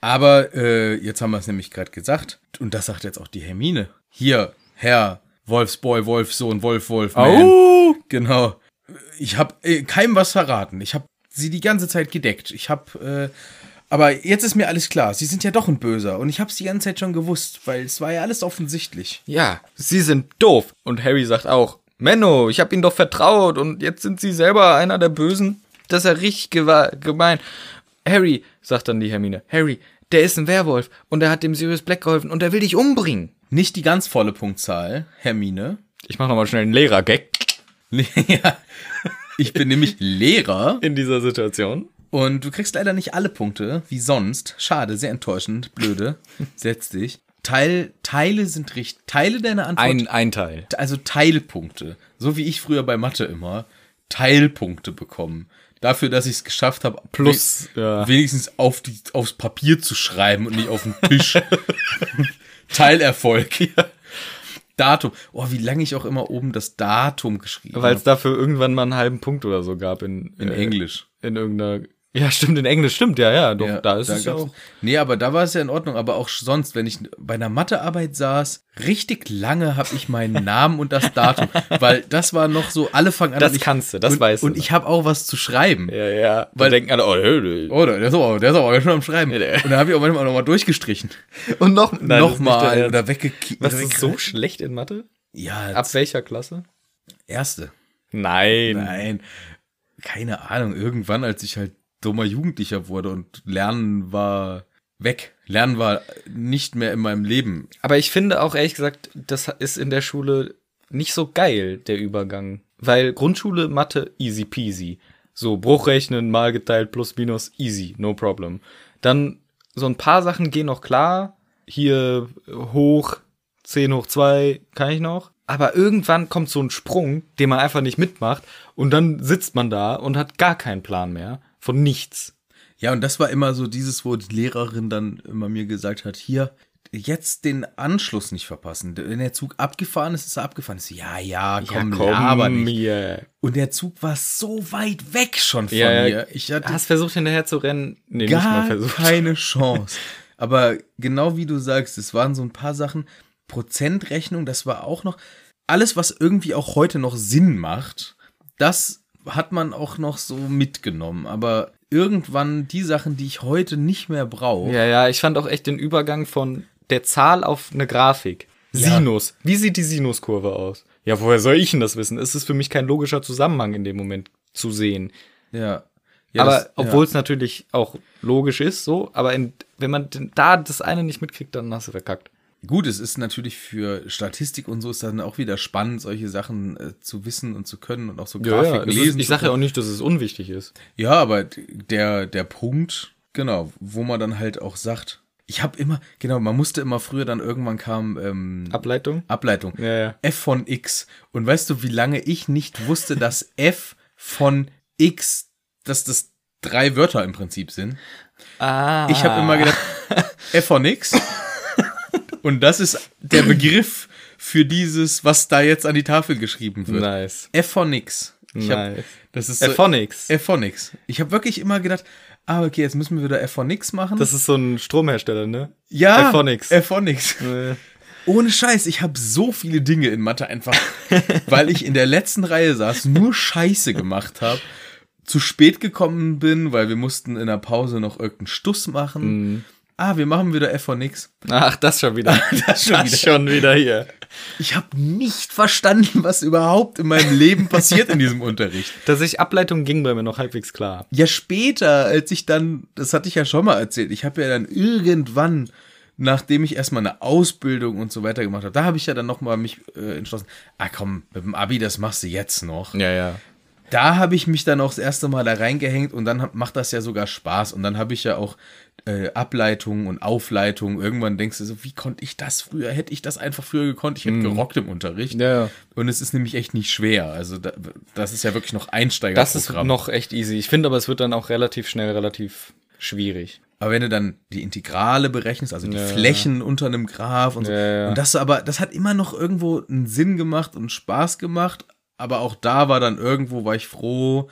Aber äh, jetzt haben wir es nämlich gerade gesagt. Und das sagt jetzt auch die Hermine. Hier, Herr Wolfsboy, Wolfsohn, Wolf, Wolf. Man. Oh! Genau. Ich habe äh, keinem was verraten. Ich habe sie die ganze Zeit gedeckt. Ich habe. Äh, aber jetzt ist mir alles klar. Sie sind ja doch ein Böser. Und ich habe es die ganze Zeit schon gewusst, weil es war ja alles offensichtlich. Ja, sie sind doof. Und Harry sagt auch, Menno, ich hab ihnen doch vertraut und jetzt sind sie selber einer der Bösen. Das ist ja richtig gewa- gemein. Harry, sagt dann die Hermine, Harry, der ist ein Werwolf und er hat dem Sirius Black geholfen und er will dich umbringen. Nicht die ganz volle Punktzahl, Hermine. Ich mach nochmal schnell einen Lehrer-Gag ja. Ich bin nämlich Lehrer. in dieser Situation. Und du kriegst leider nicht alle Punkte, wie sonst. Schade, sehr enttäuschend, blöde. Setz dich. Teil, Teile sind richtig. Teile deiner Antwort. Ein, ein Teil. also Teilpunkte. So wie ich früher bei Mathe immer. Teilpunkte bekommen. Dafür, dass ich es geschafft habe, Plus, we- ja. wenigstens auf die, aufs Papier zu schreiben und nicht auf den Tisch. Teilerfolg. Datum. Oh, wie lange ich auch immer oben das Datum geschrieben Weil habe. es dafür irgendwann mal einen halben Punkt oder so gab in, In Englisch. In irgendeiner. Ja, stimmt, in Englisch, stimmt, ja, ja, doch, Ja, da ist es ja gab's- auch. Nee, aber da war es ja in Ordnung. Aber auch sonst, wenn ich bei einer Mathearbeit saß, richtig lange habe ich meinen Namen und das Datum, weil das war noch so, alle fangen an. Das und ich- kannst du, das und, weißt du Und noch. ich habe auch was zu schreiben. Ja, ja. Da Weil- denken alle, oh, nö, nö. Oh, der ist aber, der ist aber ganz schön am Schreiben. der- Und da habe ich auch manchmal nochmal durchgestrichen. Und noch, nochmal oder weggekickt. Was ist so schlecht in Mathe? Ja, Ab welcher Klasse? erste. Nein. Nein, keine Ahnung. Irgendwann, als ich halt dummer Jugendlicher wurde und Lernen war weg. Lernen war nicht mehr in meinem Leben. Aber ich finde auch ehrlich gesagt, das ist in der Schule nicht so geil, der Übergang. Weil Grundschule, Mathe, easy peasy. So Bruchrechnen, mal geteilt, plus, minus, easy, no problem. Dann so ein paar Sachen gehen noch klar. Hier äh, hoch, 10 hoch 2 kann ich noch. Aber irgendwann kommt so ein Sprung, den man einfach nicht mitmacht. Und dann sitzt man da und hat gar keinen Plan mehr von nichts. Ja, und das war immer so dieses, wo die Lehrerin dann immer mir gesagt hat, hier, jetzt den Anschluss nicht verpassen. Wenn der Zug abgefahren ist, ist er abgefahren. Ich so, ja, ja, komm, aber nicht. hier. Und der Zug war so weit weg schon von Ja, ja. mir. Ich hatte Hast versucht hinterher zu rennen? Nee, gar keine Chance. Aber genau wie du sagst, es waren so ein paar Sachen. Prozentrechnung, das war auch noch alles, was irgendwie auch heute noch Sinn macht. Das hat man auch noch so mitgenommen. Aber irgendwann die Sachen, die ich heute nicht mehr brauche. Ja, ja, ich fand auch echt den Übergang von der Zahl auf eine Grafik. Ja. Sinus. Wie sieht die Sinuskurve aus? Ja, woher soll ich denn das wissen? Es ist für mich kein logischer Zusammenhang in dem Moment zu sehen. Ja. ja aber das- obwohl es natürlich auch logisch ist, so, aber in, wenn man denn da das eine nicht mitkriegt, dann hast du verkackt. Ja. Gut, es ist natürlich für Statistik und so ist dann auch wieder spannend, solche Sachen äh, zu wissen und zu können und auch so Grafiken es ist, lesen. ich zu sage ja können. auch nicht, dass es unwichtig ist. Ja, aber d- der, der Punkt, genau, wo man dann halt auch sagt, ich habe immer, genau, man musste immer früher dann irgendwann kam ähm, Ableitung? Ableitung. Ja, ja. F von X. Und weißt du, wie lange ich nicht wusste, dass F von X, dass das drei Wörter im Prinzip sind? Ah. Ich habe immer gedacht, F von X. Und das ist der Begriff für dieses, was da jetzt an die Tafel geschrieben wird. Nice. F von X. Ich hab, Nice. das ist so, Aphonics. Aphonics. Ich habe wirklich immer gedacht, ah, okay, jetzt müssen wir wieder Aphonics machen. Das ist so ein Stromhersteller, ne? ja, Aphonics. Aphonics. Äh, Ohne Scheiß, ich habe so viele Dinge in Mathe einfach, weil ich in der letzten Reihe saß, nur Scheiße gemacht habe, zu spät gekommen bin, weil wir mussten in der Pause noch irgendeinen Stuss machen. Ah, wir machen wieder F von nix. Ach, das schon wieder. Das schon wieder. schon wieder hier. Ich habe nicht verstanden, was überhaupt in meinem Leben passiert in diesem Unterricht. Dass ich Ableitung ging bei mir noch halbwegs klar. Ja, später, als ich dann, das hatte ich ja schon mal erzählt, ich habe ja dann irgendwann, nachdem ich erstmal eine Ausbildung und so weiter gemacht habe, da habe ich ja dann nochmal mich äh, entschlossen, ah komm, mit dem Abi, das machst du jetzt noch. Ja, ja. Da habe ich mich dann auch das erste Mal da reingehängt und dann hab, macht das ja sogar Spaß und dann habe ich ja auch äh, Ableitungen und Aufleitungen. Irgendwann denkst du so, wie konnte ich das früher? Hätte ich das einfach früher gekonnt? Ich hätte gerockt im Unterricht. Mhm. Ja, ja. Und es ist nämlich echt nicht schwer. Also da, das ist ja wirklich noch Einsteigerprogramm. Das ist noch echt easy. Ich finde aber, es wird dann auch relativ schnell relativ schwierig. Aber wenn du dann die Integrale berechnest, also die Ja. Flächen unter einem Graph und so, Ja, ja. und das aber, das hat immer noch irgendwo einen Sinn gemacht und Spaß gemacht, aber auch da war dann irgendwo, war ich froh,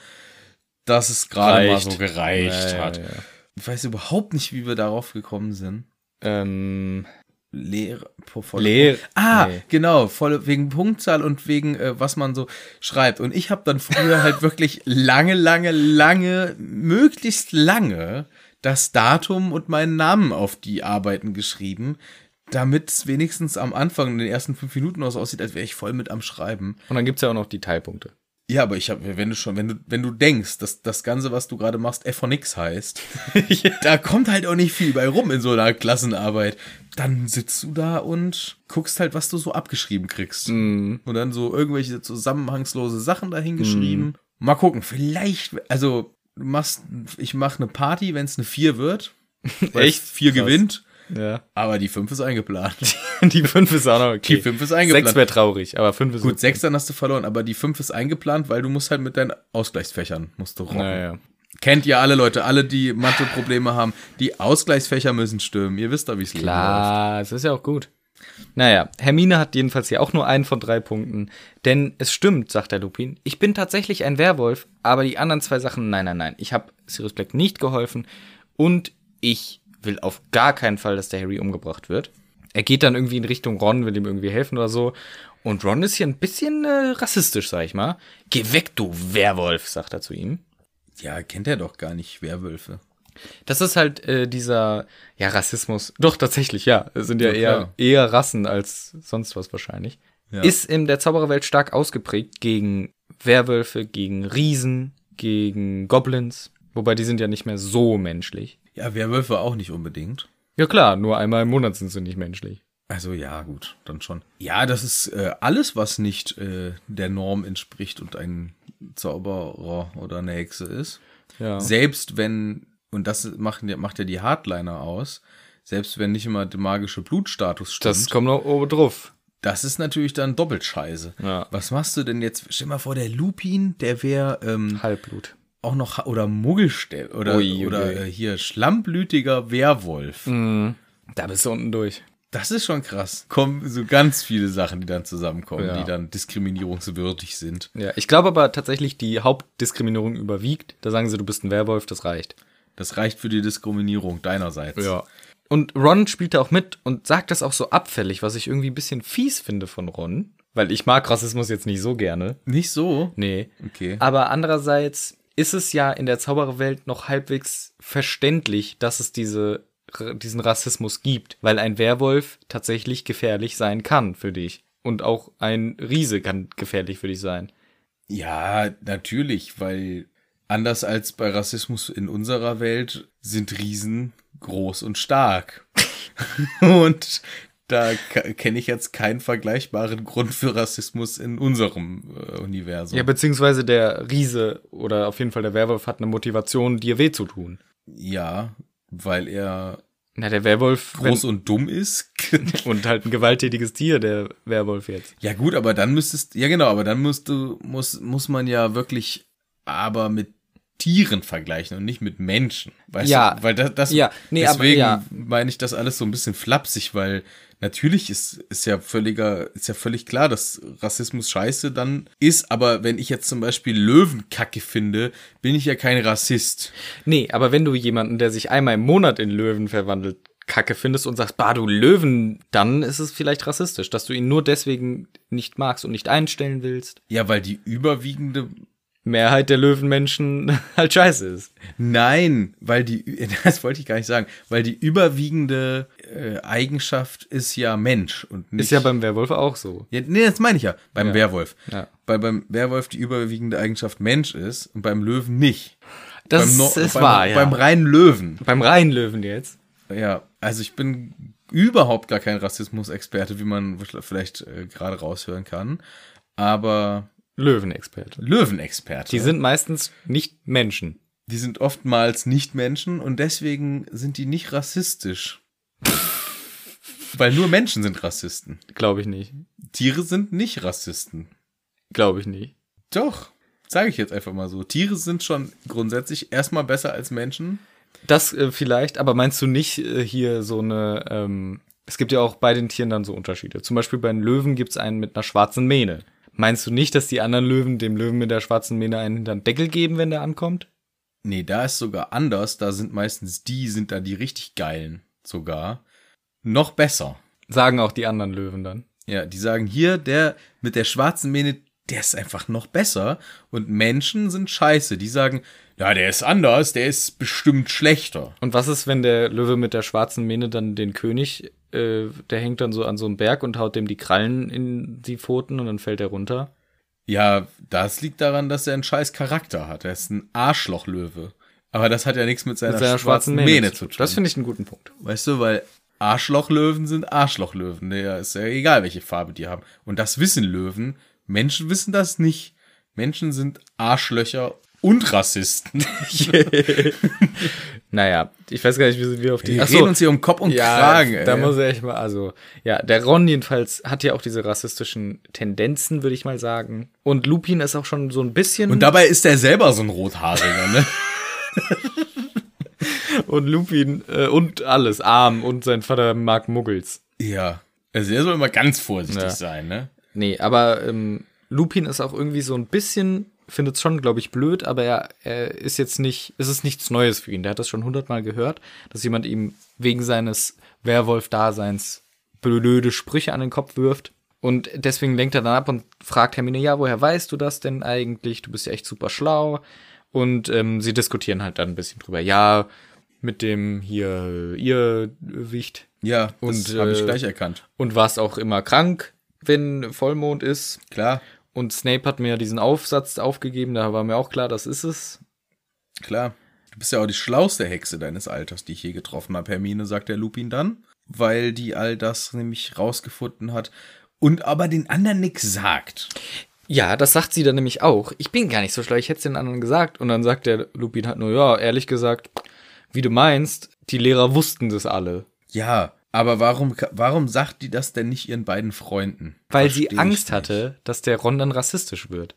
dass es gerade mal Reicht. so gereicht Ja, ja, hat. ja. Ich weiß überhaupt nicht, wie wir darauf gekommen sind. Ähm, Lehre, po- volle Lehr. Ah, Nee. genau, voll, wegen Punktzahl und wegen, äh, was man so schreibt. Und ich habe dann früher halt wirklich lange, lange, lange, möglichst lange das Datum und meinen Namen auf die Arbeiten geschrieben, damit es wenigstens am Anfang in den ersten fünf Minuten aus aussieht, als wäre ich voll mit am Schreiben. Und dann gibt's ja auch noch die Teilpunkte. Ja, aber ich habe, wenn du schon, wenn du, wenn du denkst, dass das Ganze, was du gerade machst, F von X heißt, da kommt halt auch nicht viel bei rum in so einer Klassenarbeit. Dann sitzt du da und guckst halt, was du so abgeschrieben kriegst. Mhm. Und dann so irgendwelche zusammenhangslose Sachen dahingeschrieben. Mhm. Mal gucken, vielleicht, also du machst, ich mache eine Party, wenn es eine 4 wird. weil Echt? Vier Krass. gewinnt, Ja. aber die 5 ist eingeplant. Die 5 ist auch noch okay. Die 5 ist Sechs eingeplant. wäre traurig, aber 5 ist Gut, 6 dann hast du verloren, aber die 5 ist eingeplant, weil du musst halt mit deinen Ausgleichsfächern musst du rocken. Naja. Kennt ihr alle Leute, alle, die Mathe-Probleme haben, die Ausgleichsfächer müssen stimmen. Ihr wisst doch, wie es läuft. Klar, es ist ja auch gut. Naja, Hermine hat jedenfalls hier auch nur einen von drei Punkten. Denn es stimmt, sagt der Lupin, ich bin tatsächlich ein Werwolf, aber die anderen zwei Sachen, nein, nein, nein. Ich habe Sirius Black nicht geholfen und ich will auf gar keinen Fall, dass der Harry umgebracht wird. Er geht dann irgendwie in Richtung Ron, will ihm irgendwie helfen oder so. Und Ron ist hier ein bisschen äh, rassistisch, sag ich mal. Geh weg, du Werwolf, sagt er zu ihm. Ja, kennt er doch gar nicht, Werwölfe. Das ist halt äh, dieser, ja, Rassismus. Doch, tatsächlich, ja. Es sind ja, Ja, eher, klar. eher Rassen als sonst was wahrscheinlich. Ja. Ist in der Zaubererwelt stark ausgeprägt gegen Werwölfe, gegen Riesen, gegen Goblins. Wobei die sind ja nicht mehr so menschlich. Ja, Werwölfe auch nicht unbedingt. Ja klar, nur einmal im Monat sind sie nicht menschlich. Also ja, gut, dann schon. Ja, das ist äh, alles, was nicht äh, der Norm entspricht und ein Zauberer oder eine Hexe ist. Ja. Selbst wenn, und das machen, ja- macht ja die Hardliner aus, selbst wenn nicht immer der magische Blutstatus stimmt. das kommt noch oben drauf. Das ist natürlich dann doppelt scheiße. Ja. Was machst du denn jetzt? Stell mal vor, der Lupin, der wäre ähm, Halbblut. auch noch, oder Muggelstell, oder, Ui, ui, oder ui. Mhm. äh, hier schlammblütiger Werwolf. Da bist du unten durch. Das ist schon krass. Kommen so ganz viele Sachen, die dann zusammenkommen, Ja. die dann diskriminierungswürdig sind. Ja, ich glaube aber tatsächlich, die Hauptdiskriminierung überwiegt. Da sagen sie, du bist ein Werwolf, das reicht. Das reicht für die Diskriminierung deinerseits. Ja. Und Ron spielt da auch mit und sagt das auch so abfällig, was ich irgendwie ein bisschen fies finde von Ron. Weil ich mag Rassismus jetzt nicht so gerne. Nicht so? Nee. Okay. Aber andererseits ist es ja in der Zaubererwelt noch halbwegs verständlich, dass es diese, diesen Rassismus gibt. Weil ein Werwolf tatsächlich gefährlich sein kann für dich. Und auch ein Riese kann gefährlich für dich sein. Ja, natürlich, weil anders als bei Rassismus in unserer Welt sind Riesen groß und stark. und da k- kenne ich jetzt keinen vergleichbaren Grund für Rassismus in unserem äh, Universum. Ja, beziehungsweise der Riese oder auf jeden Fall der Werwolf hat eine Motivation, dir weh zu tun. ja, weil er Na, der Werwolf groß und dumm ist. Und halt ein gewalttätiges Tier, der Werwolf jetzt. ja gut, aber dann müsstest ja genau, aber dann musst du muss muss man ja wirklich aber mit Tieren vergleichen und nicht mit Menschen. Weißt Ja. du? Weil das, das Ja. Nee, aber- deswegen ja. meine ich das alles so ein bisschen flapsig, weil natürlich ist, ist ja völliger, ist ja völlig klar, dass Rassismus scheiße dann ist, aber wenn ich jetzt zum Beispiel Löwenkacke finde, bin ich ja kein Rassist. Nee, aber wenn du jemanden, der sich einmal im Monat in Löwen verwandelt, Kacke findest und sagst, bah, du Löwen, dann ist es vielleicht rassistisch, dass du ihn nur deswegen nicht magst und nicht einstellen willst. Ja, weil die überwiegende Mehrheit der Löwenmenschen halt scheiße ist. Nein, weil die, das wollte ich gar nicht sagen, weil die überwiegende äh, Eigenschaft ist ja Mensch und nicht. Ist ja beim Werwolf auch so. Ja, nee, das meine ich ja, beim Ja. Werwolf. Ja. Weil beim Werwolf die überwiegende Eigenschaft Mensch ist und beim Löwen nicht. Das beim No- ist beim, wahr, ja. Beim Beim, reinen Löwen. beim reinen Löwen jetzt. Ja, also ich bin überhaupt gar kein Rassismusexperte, wie man vielleicht äh, gerade raushören kann, aber Löwenexperte. Löwenexperte. Die sind meistens nicht Menschen. die sind oftmals nicht Menschen und deswegen sind die nicht rassistisch. Weil nur Menschen sind Rassisten. Glaube ich nicht. Tiere sind nicht Rassisten. Glaube ich nicht. Doch, sage ich jetzt einfach mal so. Tiere sind schon grundsätzlich erstmal besser als Menschen. Das äh, vielleicht, aber meinst du nicht äh, hier so eine, ähm, es gibt ja auch bei den Tieren dann so Unterschiede. Zum Beispiel bei den Löwen gibt's einen mit einer schwarzen Mähne. Meinst du nicht, dass die anderen Löwen dem Löwen mit der schwarzen Mähne einen hinter den Deckel geben, wenn der ankommt? Nee, da ist sogar anders. Da sind meistens die, sind da die richtig geilen sogar. Noch besser. Sagen auch die anderen Löwen dann. Ja, die sagen hier, der mit der schwarzen Mähne, der ist einfach noch besser. Und Menschen sind scheiße. Die sagen, ja, der ist anders, der ist bestimmt schlechter. Und was ist, wenn der Löwe mit der schwarzen Mähne dann den König, äh, der hängt dann so an so einem Berg und haut dem die Krallen in die Pfoten und dann fällt er runter? Ja, das liegt daran, dass er einen scheiß Charakter hat. Er ist ein Arschlochlöwe. Aber das hat ja nichts mit seiner, Mit seiner schwarzen Mähne, zu tun. Das finde ich einen guten Punkt. weißt du, weil Arschlochlöwen sind Arschlochlöwen. Der ist ja egal, welche Farbe die haben. Und das wissen Löwen. Menschen wissen das nicht. Menschen sind Arschlöcher und Rassisten. Naja, ich weiß gar nicht, wie wir auf die. Die Ach so, reden uns hier um Kopf und Kragen. Da muss er echt mal, also, ja, der Ron jedenfalls hat ja auch diese rassistischen Tendenzen, würde ich mal sagen. Und Lupin ist auch schon so ein bisschen. und dabei ist er selber so ein Rothaariger, ne? und Lupin äh, und alles, arm und sein Vater mag Muggels. ja. Also er soll immer ganz vorsichtig Ja. sein, ne? Nee, aber ähm, Lupin ist auch irgendwie so ein bisschen, findet es schon, glaube ich, blöd, aber er, er ist jetzt nicht, es ist nichts Neues für ihn. Der hat das schon hundertmal gehört, dass jemand ihm wegen seines Werwolf-Daseins blöde Sprüche an den Kopf wirft. Und deswegen lenkt er dann ab und fragt Hermine, ja, woher weißt du das denn eigentlich? Du bist ja echt super schlau. Und ähm, sie diskutieren halt dann ein bisschen drüber. Ja, mit dem hier, ihr Wicht. Ja, das Und, habe ich äh, gleich erkannt. Und warst auch immer krank, wenn Vollmond ist. Klar, Und Snape hat mir diesen Aufsatz aufgegeben, da war mir auch klar, das ist es. Klar. Du bist ja auch die schlauste Hexe deines Alters, die ich je getroffen habe, Hermine, sagt der Lupin dann, weil die all das nämlich rausgefunden hat und aber den anderen nix sagt. Ja, das sagt sie dann nämlich auch. Ich bin gar nicht so schlau, ich hätte es den anderen gesagt. Und dann sagt der Lupin halt nur, ja, ehrlich gesagt, wie du meinst, die Lehrer wussten das alle. Ja, aber warum, warum sagt die das denn nicht ihren beiden Freunden? Weil Versteh sie ich Angst nicht. hatte, dass der Ron dann rassistisch wird.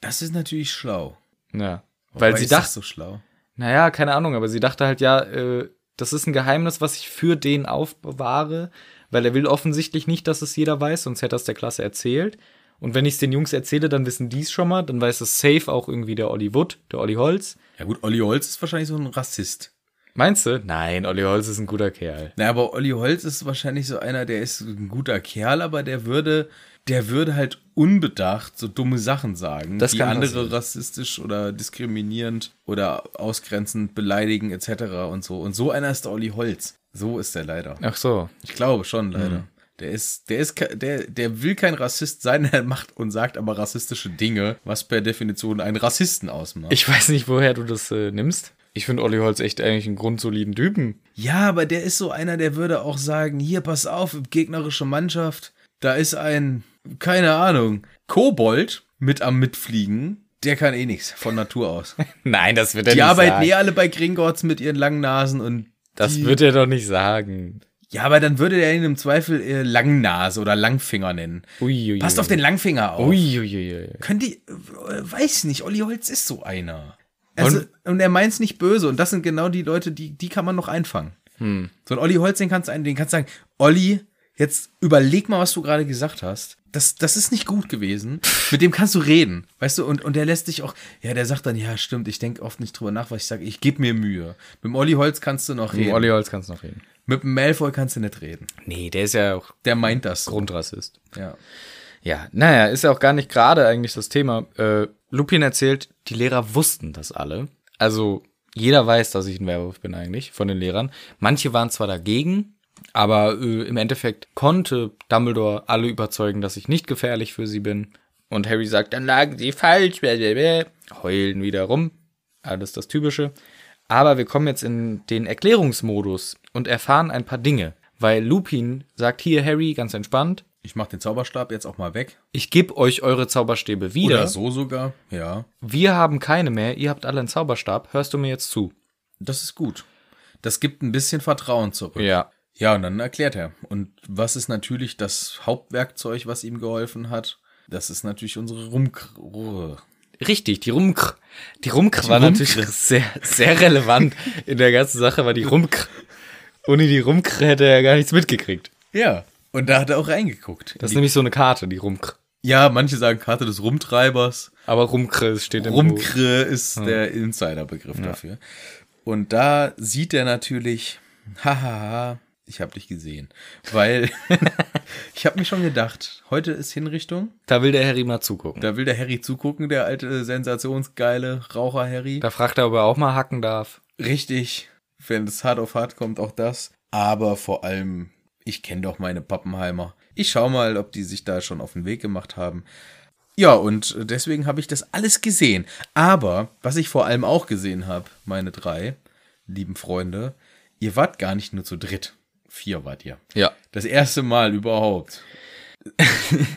Das ist natürlich schlau. Ja. Weil Wobei sie ist das dachte, so schlau. naja, keine Ahnung, aber sie dachte halt, ja, äh, das ist ein Geheimnis, was ich für den aufbewahre, weil er will offensichtlich nicht, dass es jeder weiß, sonst hätte er es der Klasse erzählt. Und wenn ich es den Jungs erzähle, dann wissen die es schon mal, dann weiß es safe auch irgendwie der Olli Wood, der Olli Holz. Ja gut, Olli Holz ist wahrscheinlich so ein Rassist. Meinst du? Nein, Olli Holz ist ein guter Kerl. Na, aber Olli Holz ist wahrscheinlich so einer, der ist ein guter Kerl, aber der würde, der würde halt unbedacht so dumme Sachen sagen, Das die kann andere passieren. rassistisch oder diskriminierend oder ausgrenzend beleidigen etc. und so. Und so einer ist der Olli Holz. So ist er leider. Ach so. Ich glaube Mhm. schon leider. Der ist, der ist, ke- der, der will kein Rassist sein, er macht und sagt aber rassistische Dinge, was per Definition einen Rassisten ausmacht. Ich weiß nicht, woher du das äh, nimmst. Ich finde Olli Holz echt eigentlich einen grundsoliden Typen. Ja, aber der ist so einer, der würde auch sagen, hier, pass auf, gegnerische Mannschaft, da ist ein, keine Ahnung, Kobold mit am Mitfliegen, der kann eh nichts von Natur aus. Nein, das wird er Die nicht arbeiten sagen. eh alle bei Gringotts mit ihren langen Nasen und Das die, wird er doch nicht sagen. Ja, aber dann würde der ihn im Zweifel äh, Langnase oder Langfinger nennen. Uiuiui. Passt auf den Langfinger auf. Uiuiui. Können die, äh, weiß nicht, Olli Holz ist so einer. Also, und er meint's nicht böse. Und das sind genau die Leute, die, die kann man noch einfangen. So ein Olli Holz, den kannst du einen, den kannst du sagen, Olli, jetzt überleg mal, was du gerade gesagt hast. Das, das ist nicht gut gewesen. Mit dem kannst du reden, weißt du? Und, und der lässt dich auch, ja, der sagt dann, ja, stimmt, ich denke oft nicht drüber nach, was ich sage. Ich gebe mir Mühe. Mit dem Olli Holz kannst du noch reden. Mit Um Olli Holz kannst du noch reden. Mit dem Malfoy kannst du nicht reden. Nee, der ist ja auch Der meint das. so. Grundrassist. Ja. Ja, naja, ist ja auch gar nicht gerade eigentlich das Thema. Äh, Lupin erzählt, die Lehrer wussten das alle. Also jeder weiß, dass ich ein Werwolf bin eigentlich von den Lehrern. Manche waren zwar dagegen, aber äh, im Endeffekt konnte Dumbledore alle überzeugen, dass ich nicht gefährlich für sie bin. Und Harry sagt, dann lagen sie falsch. blablabla. Heulen wieder rum. Alles das Typische. Aber wir kommen jetzt in den Erklärungsmodus und erfahren ein paar Dinge. Weil Lupin sagt hier, Harry, ganz entspannt, Ich mach den Zauberstab jetzt auch mal weg. ich gebe euch eure Zauberstäbe wieder. Oder so sogar. Ja. Wir haben keine mehr, ihr habt alle einen Zauberstab, hörst du mir jetzt zu? Das ist gut. Das gibt ein bisschen Vertrauen zurück. Ja. Ja, und dann erklärt er. Und was ist natürlich das Hauptwerkzeug, was ihm geholfen hat? Das ist natürlich unsere Rumk. Ruhe. Richtig, die Rumkr. Die Rumkr war Rumkr. natürlich sehr, sehr relevant in der ganzen Sache, weil die Rumkr. Ohne die Rumkr hätte er gar nichts mitgekriegt. Ja. Und da hat er auch reingeguckt. Das ist Die- nämlich so eine Karte, die Rumkr. ja, manche sagen Karte des Rumtreibers. Aber Rumkr steht im Buch. Rumkre ist der Insiderbegriff dafür. Und da sieht er natürlich, hahaha, ich habe dich gesehen. Weil ich habe mir schon gedacht, heute ist Hinrichtung. Da will der Harry mal zugucken. Da, Da will der Harry zugucken, der alte sensationsgeile Raucher-Harry. fragt er, ob er auch mal hacken darf. Richtig, wenn es hart auf hart kommt, auch das. Aber vor allem, ich kenne doch meine Pappenheimer. Ich schau mal, ob die sich da schon auf den Weg gemacht haben. Ja, und deswegen habe ich das alles gesehen. Aber was ich vor allem auch gesehen habe, meine drei lieben Freunde, ihr wart gar nicht nur zu dritt. Vier wart ihr. Ja. Das erste Mal überhaupt,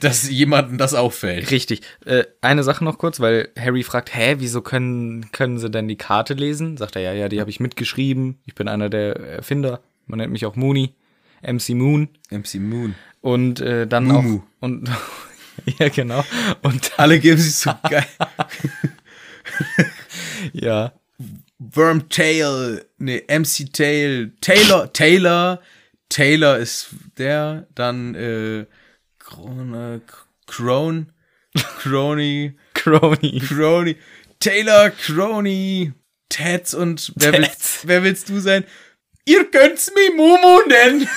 dass jemandem das auffällt. Richtig. Äh, eine Sache noch kurz, weil Harry fragt, hä, wieso können, können sie denn die Karte lesen? Sagt er, ja, ja, die habe ich mitgeschrieben. Ich bin einer der Erfinder. Man nennt mich auch Mooney. MC Moon. MC Moon. Und äh, dann Mumu. auch. Und ja, genau. Und Alle geben sich so geil. ja. Wormtail, nee, MC Tail, Taylor, Taylor, Taylor ist der, dann äh, Krone, Crone, Crony, Crony. Crony, Taylor, Crony, Tats und wer, Tats. Willst, wer willst du sein? Ihr könnt's mir Momo nennen.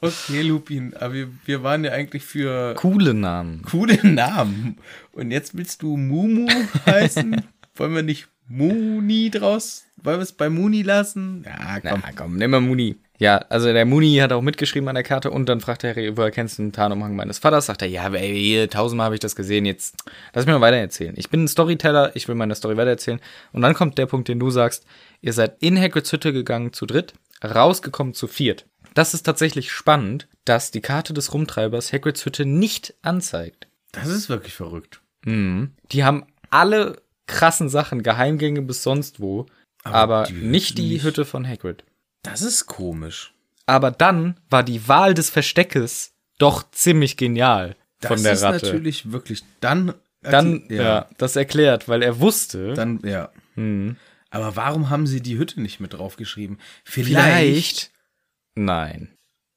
okay, Lupin, aber wir, wir waren ja eigentlich für Coole Namen. coole Namen. Und jetzt willst du Mumu heißen? Wollen wir nicht Muni draus? Wollen wir es bei Muni lassen? Ja, Ah, komm. Na komm, nimm mal Mooney. Ja, also der Mooney hat auch mitgeschrieben an der Karte und dann fragt Harry, woher kennst du den Tarnumhang meines Vaters? Sagt er, ja, ey, hier, tausendmal habe ich das gesehen, jetzt lass mich mal weitererzählen. Ich bin ein Storyteller, ich will meine Story weitererzählen. Und dann kommt der Punkt, den du sagst, ihr seid in Hagrids Hütte gegangen zu dritt, rausgekommen zu viert. Das ist tatsächlich spannend, dass die Karte des Rumtreibers Hagrids Hütte nicht anzeigt. Das ist wirklich verrückt. Die haben alle krassen Sachen, Geheimgänge bis sonst wo, aber, die nicht die nicht. Hütte von Hagrid. Das ist komisch. Aber dann war die Wahl des Versteckes doch ziemlich genial Das von der ist Ratte. natürlich wirklich dann. dann ja. Mhm. ja. das erklärt, weil er wusste, Dann, ja. Aber warum haben sie die Hütte nicht mit draufgeschrieben? Vielleicht, vielleicht nein.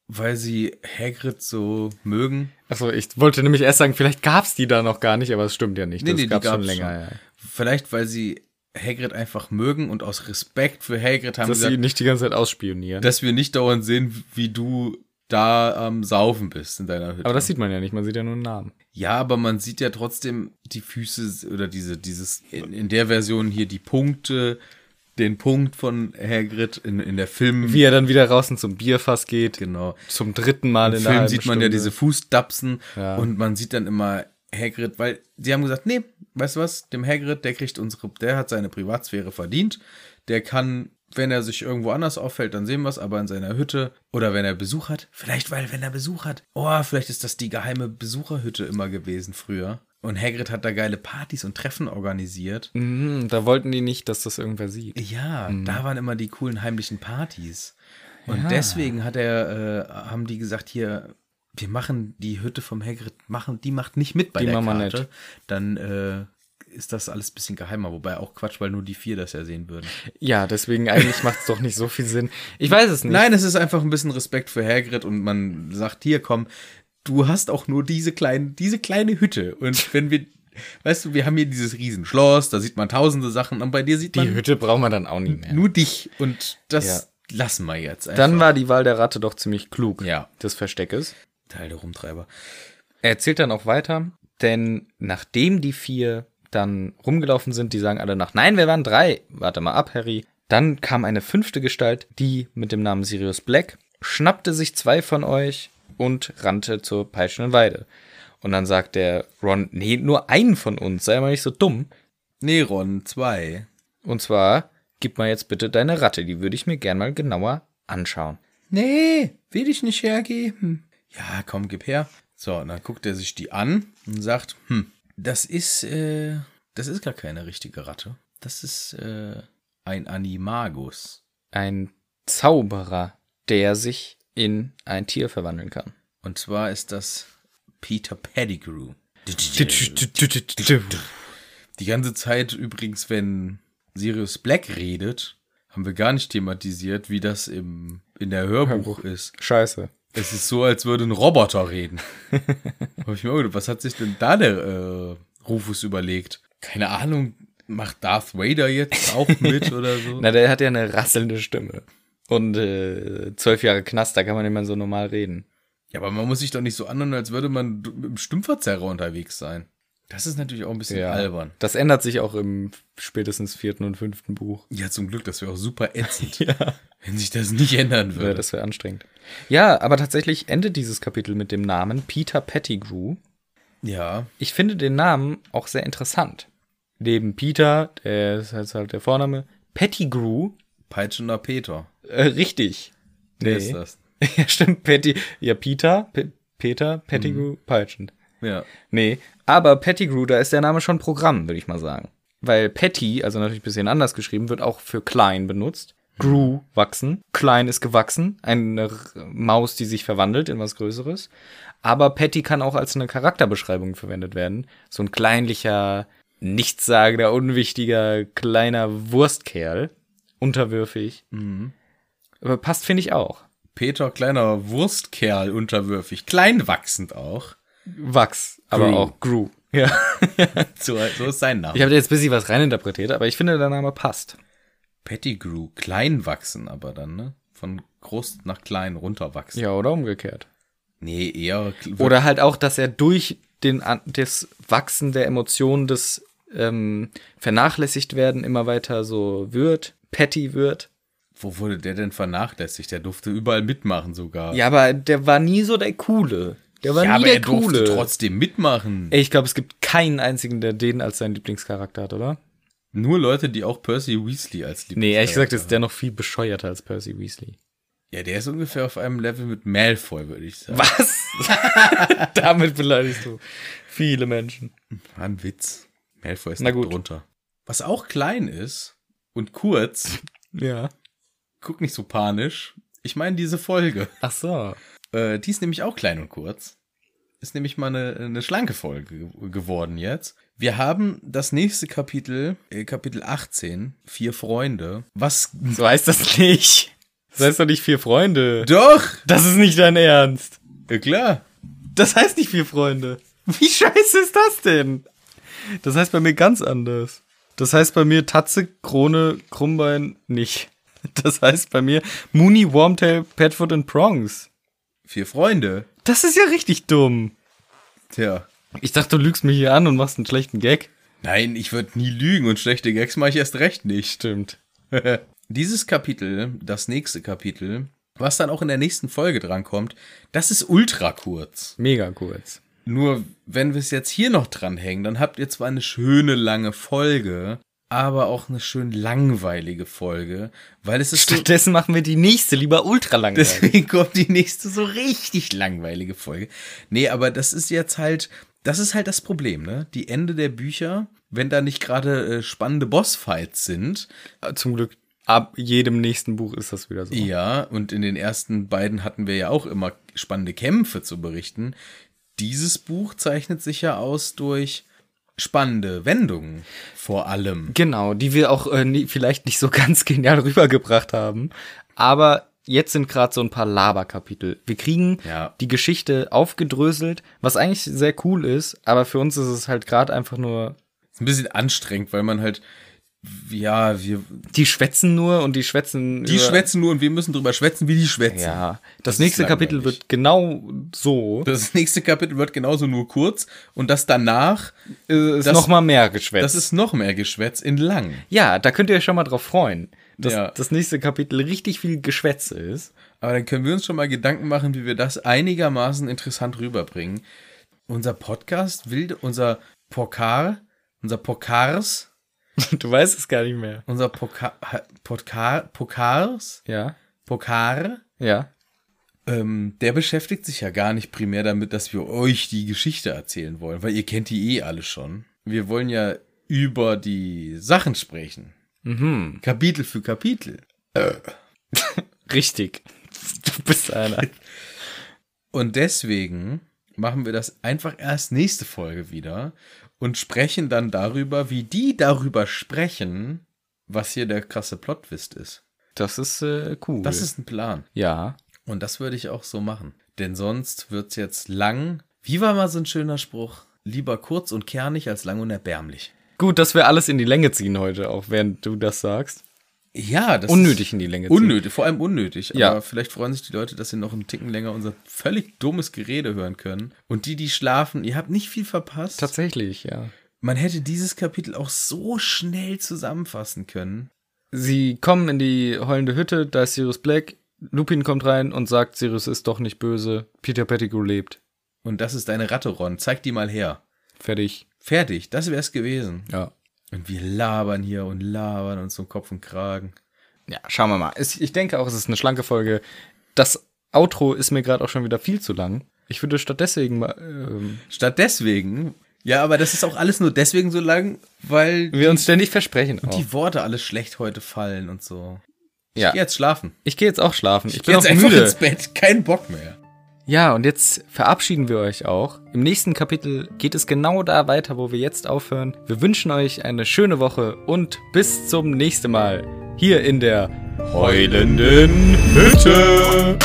weil sie Hagrid so mögen. Achso, Also ich wollte nämlich erst sagen, vielleicht gab's die da noch gar nicht, aber es stimmt ja nicht. Nee, das nee, die gab's, schon gab's länger. schon. Ja. Vielleicht, weil sie Hagrid einfach mögen und aus Respekt für Hagrid haben Dass sie sie gesagt, ihn nicht die ganze Zeit ausspionieren. dass wir nicht dauernd sehen, wie du da am Saufen bist in deiner Hütte. aber das sieht man ja nicht, man sieht ja nur einen Namen. ja, aber man sieht ja trotzdem die Füße oder diese, dieses, in, in der Version hier die Punkte, den Punkt von Hagrid in, in der Film. Wie er dann wieder raus und zum Bierfass geht, genau. zum dritten Mal in Im der Film halben sieht man ja Stunde. diese Fußdapsen Ja. und man sieht dann immer Hagrid, weil sie haben gesagt, nee, weißt du was, dem Hagrid, der kriegt unsere, der hat seine Privatsphäre verdient, der kann, wenn er sich irgendwo anders auffällt, dann sehen wir es, aber in seiner Hütte oder wenn er Besuch hat, vielleicht weil, wenn er Besuch hat, oh, vielleicht ist das die geheime Besucherhütte immer gewesen früher und Hagrid hat da geile Partys und Treffen organisiert. Mhm, da wollten die nicht, dass das irgendwer sieht. Ja, da waren immer die coolen heimlichen Partys. Und deswegen hat er, äh, haben die gesagt, hier, wir machen die Hütte vom Hagrid, machen, die macht nicht mit bei Die der machen wir Karte. Dann äh, ist das alles ein bisschen geheimer. Wobei auch Quatsch, weil nur die vier das ja sehen würden. Ja, deswegen eigentlich macht es doch nicht so viel Sinn. Ich weiß es nicht. Nein, es ist einfach ein bisschen Respekt für Hagrid und man sagt, hier komm, du hast auch nur diese, kleinen, diese kleine Hütte. Und wenn wir, weißt du, wir haben hier dieses Riesenschloss, da sieht man tausende Sachen und bei dir sieht Die man Hütte braucht man dann auch nie mehr. nur dich. Und das Ja. lassen wir jetzt einfach. Dann war die Wahl der Ratte doch ziemlich klug, Ja. des Versteckes. Teil der Rumtreiber. Er erzählt dann auch weiter, denn nachdem die vier dann rumgelaufen sind, die sagen alle nach, nein, wir waren drei. Warte mal ab, Harry. Dann kam eine fünfte Gestalt, die mit dem Namen Sirius Black schnappte sich zwei von euch und rannte zur peitschenden Weide. Und dann sagt der Ron, nee, nur einen von uns, sei mal nicht so dumm. Neron 2. Und zwar, gib mal jetzt bitte deine Ratte, die würde ich mir gern mal genauer anschauen. Nee, will ich nicht hergeben. Ja, komm, gib her. So, und dann guckt er sich die an und sagt, hm, das ist, äh, das ist gar keine richtige Ratte. Das ist, äh, ein Animagus. Ein Zauberer, der sich in ein Tier verwandeln kann. Und zwar ist das Peter Pettigrew. Die ganze Zeit übrigens, wenn Sirius Black redet, haben wir gar nicht thematisiert, wie das im, in der Hörbuch ist. Scheiße. Es ist so, als würde ein Roboter reden. Hab ich mir auch gedacht, was hat sich denn da der äh, Rufus überlegt? Keine Ahnung, macht Darth Vader jetzt auch mit oder so? Na, der hat ja eine rasselnde Stimme. Und äh, zwölf Jahre Knast, da kann man immer so normal reden. Ja, aber man muss sich doch nicht so anhören, als würde man d- mit einem Stimmverzerrer unterwegs sein. Das ist natürlich auch ein bisschen albern. Das ändert sich auch im spätestens vierten und fünften Buch. Ja, zum Glück, das wäre auch super ätzend, wenn sich das nicht ändern Äh, würde. Das wäre anstrengend. Ja, aber tatsächlich endet dieses Kapitel mit dem Namen Peter Pettigrew. Ja, Ich finde den Namen auch sehr interessant. Neben Peter, der ist jetzt halt der Vorname, Pettigrew, peitschender Peter. äh, richtig. Wer ist das? Ja, stimmt, Petty, ja, Peter, Pe Peter, Pettigrew, peitschend. Ja. Nee, aber Pettigrew, da ist der Name schon Programm, würde ich mal sagen. Weil Petty, also natürlich ein bisschen anders geschrieben, wird auch für klein benutzt. Grew, wachsen. Klein ist gewachsen. Eine R- Maus, die sich verwandelt in was Größeres. Aber Petty kann auch als eine Charakterbeschreibung verwendet werden. So ein kleinlicher, nichtssagender, unwichtiger, kleiner Wurstkerl. Unterwürfig. Aber passt, finde ich auch. Peter, kleiner Wurstkerl, unterwürfig, kleinwachsend auch. Wachs, aber Grew. auch Grew. Ja. So, so ist sein Name. Ich habe da jetzt ein bisschen was reininterpretiert, aber ich finde, der Name passt. Pettigrew, klein wachsen aber dann, ne? Von groß nach klein runterwachsen. Ja, oder umgekehrt. Nee, eher. kl- Oder halt auch, dass er durch den, An- das Wachsen der Emotionen, das ähm, vernachlässigt werden, immer weiter so wird, petty wird. Wo wurde der denn vernachlässigt? Der durfte überall mitmachen sogar. Ja, aber der war nie so der Coole. Der war Ja, aber nie der er durfte Coole. trotzdem mitmachen. Ey, ich glaube, es gibt keinen einzigen, der den als seinen Lieblingscharakter hat, oder? Nur Leute, die auch Percy Weasley als Lieblings Nee, ehrlich gesagt ist der noch viel bescheuerter als Percy Weasley. Ja, der ist ungefähr auf einem Level mit Malfoy, würde ich sagen. Was? Damit beleidigst du viele Menschen. War ein Witz. Malfoy ist Na noch gut. drunter. Was auch klein ist und kurz, Ja. guck nicht so panisch. Ich meine diese Folge. Ach so. Äh, die ist nämlich auch klein und kurz. Ist nämlich mal eine, eine schlanke Folge ge- geworden jetzt. Wir haben das nächste Kapitel, äh, Kapitel 18, Vier Freunde. Was? So heißt das nicht. Das heißt doch nicht vier Freunde. Doch! Das ist nicht dein Ernst. Ja, klar. Das heißt nicht vier Freunde. Wie scheiße ist das denn? Das heißt bei mir ganz anders. Das heißt bei mir Tatze, Krone, Krummbein nicht. Das heißt bei mir Mooney, Wormtail, Padfoot und Prongs. Vier Freunde. Das ist ja richtig dumm. Tja. Ich dachte, du lügst mich hier an und machst einen schlechten Gag. Nein, ich würde nie lügen und schlechte Gags mache ich erst recht nicht. Stimmt. Dieses Kapitel, das nächste Kapitel, was dann auch in der nächsten Folge drankommt, das ist ultra kurz. Mega kurz. Nur, wenn wir es jetzt hier noch dranhängen, dann habt ihr zwar eine schöne lange Folge, aber auch eine schön langweilige Folge, weil es ist so, Stattdessen machen wir die nächste lieber ultra lang. deswegen kommt die nächste so richtig langweilige Folge. Nee, aber das ist jetzt halt, das ist halt das Problem, ne? Die Ende der Bücher, wenn da nicht gerade äh, spannende Bossfights sind, Zum Glück, ab jedem nächsten Buch ist das wieder so. ja, und in den ersten beiden hatten wir ja auch immer spannende Kämpfe zu berichten. Dieses Buch zeichnet sich ja aus durch spannende Wendungen vor allem. Genau, die wir auch äh, nie, vielleicht nicht so ganz genial rübergebracht haben. Aber jetzt sind gerade so ein paar Laberkapitel. Wir kriegen Ja. die Geschichte aufgedröselt, was eigentlich sehr cool ist, aber für uns ist es halt gerade einfach nur, Ist ein bisschen anstrengend, weil man halt, ja, wir, die schwätzen nur und die schwätzen. die über- schwätzen nur und wir müssen drüber schwätzen, wie die schwätzen. Ja, das, ist nächste langweilig. Kapitel wird genau so. Das nächste Kapitel wird genauso nur kurz und das danach, Äh, Ist das- noch mal mehr geschwätzt. das ist noch mehr Geschwätz in lang. ja, da könnt ihr euch schon mal drauf freuen, dass Ja. das nächste Kapitel richtig viel Geschwätz ist. Aber dann können wir uns schon mal Gedanken machen, wie wir das einigermaßen interessant rüberbringen. Unser Podcast will, unser Pokar, unser Pokars, Du weißt es gar nicht mehr. unser Poka, ha- Podka, Pokars, Ja, Pokar, ja. ähm, der beschäftigt sich ja gar nicht primär damit, dass wir euch die Geschichte erzählen wollen, weil ihr kennt die eh alle schon. Wir wollen ja über die Sachen sprechen. Kapitel für Kapitel. Richtig. Du bist einer. Und deswegen machen wir das einfach erst nächste Folge wieder und sprechen dann darüber, wie die darüber sprechen, was hier der krasse Plot-Twist ist. Das ist äh, cool. Das ist ein Plan. ja. Und das würde ich auch so machen. Denn sonst wird's jetzt lang. Wie war mal so ein schöner Spruch? Lieber kurz und kernig als lang und erbärmlich. Gut, dass wir alles in die Länge ziehen heute, auch während du das sagst. Ja, das Unnötig ist in die Länge ziehen. unnötig, vor allem unnötig. Ja. Aber vielleicht freuen sich die Leute, dass sie noch einen Ticken länger unser völlig dummes Gerede hören können. Und die, die schlafen, ihr habt nicht viel verpasst. Tatsächlich, ja. Man hätte dieses Kapitel auch so schnell zusammenfassen können. Sie kommen in die heulende Hütte, da ist Sirius Black. Lupin kommt rein und sagt, Sirius ist doch nicht böse. Peter Pettigrew lebt. Und das ist deine Ratte, Ron. Zeig die mal her. Fertig. Fertig, das wär's gewesen. Ja. Und wir labern hier und labern uns um Kopf und Kragen. Ja, schauen wir mal. Es, ich denke auch, es ist eine schlanke Folge. Das Outro ist mir gerade auch schon wieder viel zu lang. Ich würde statt deswegen mal. Ähm, Statt deswegen, ja, aber das ist auch alles nur deswegen so lang, weil wir uns ständig versprechen. auch. die Worte alle schlecht heute fallen und so. Ja. Ich geh jetzt schlafen. Ich gehe jetzt auch schlafen. Ich, Geh bin auch müde. Bett. Kein Bock mehr. Ja, und jetzt verabschieden wir euch auch. Im nächsten Kapitel geht es genau da weiter, wo wir jetzt aufhören. Wir wünschen euch eine schöne Woche und bis zum nächsten Mal hier in der Heulenden Hütte.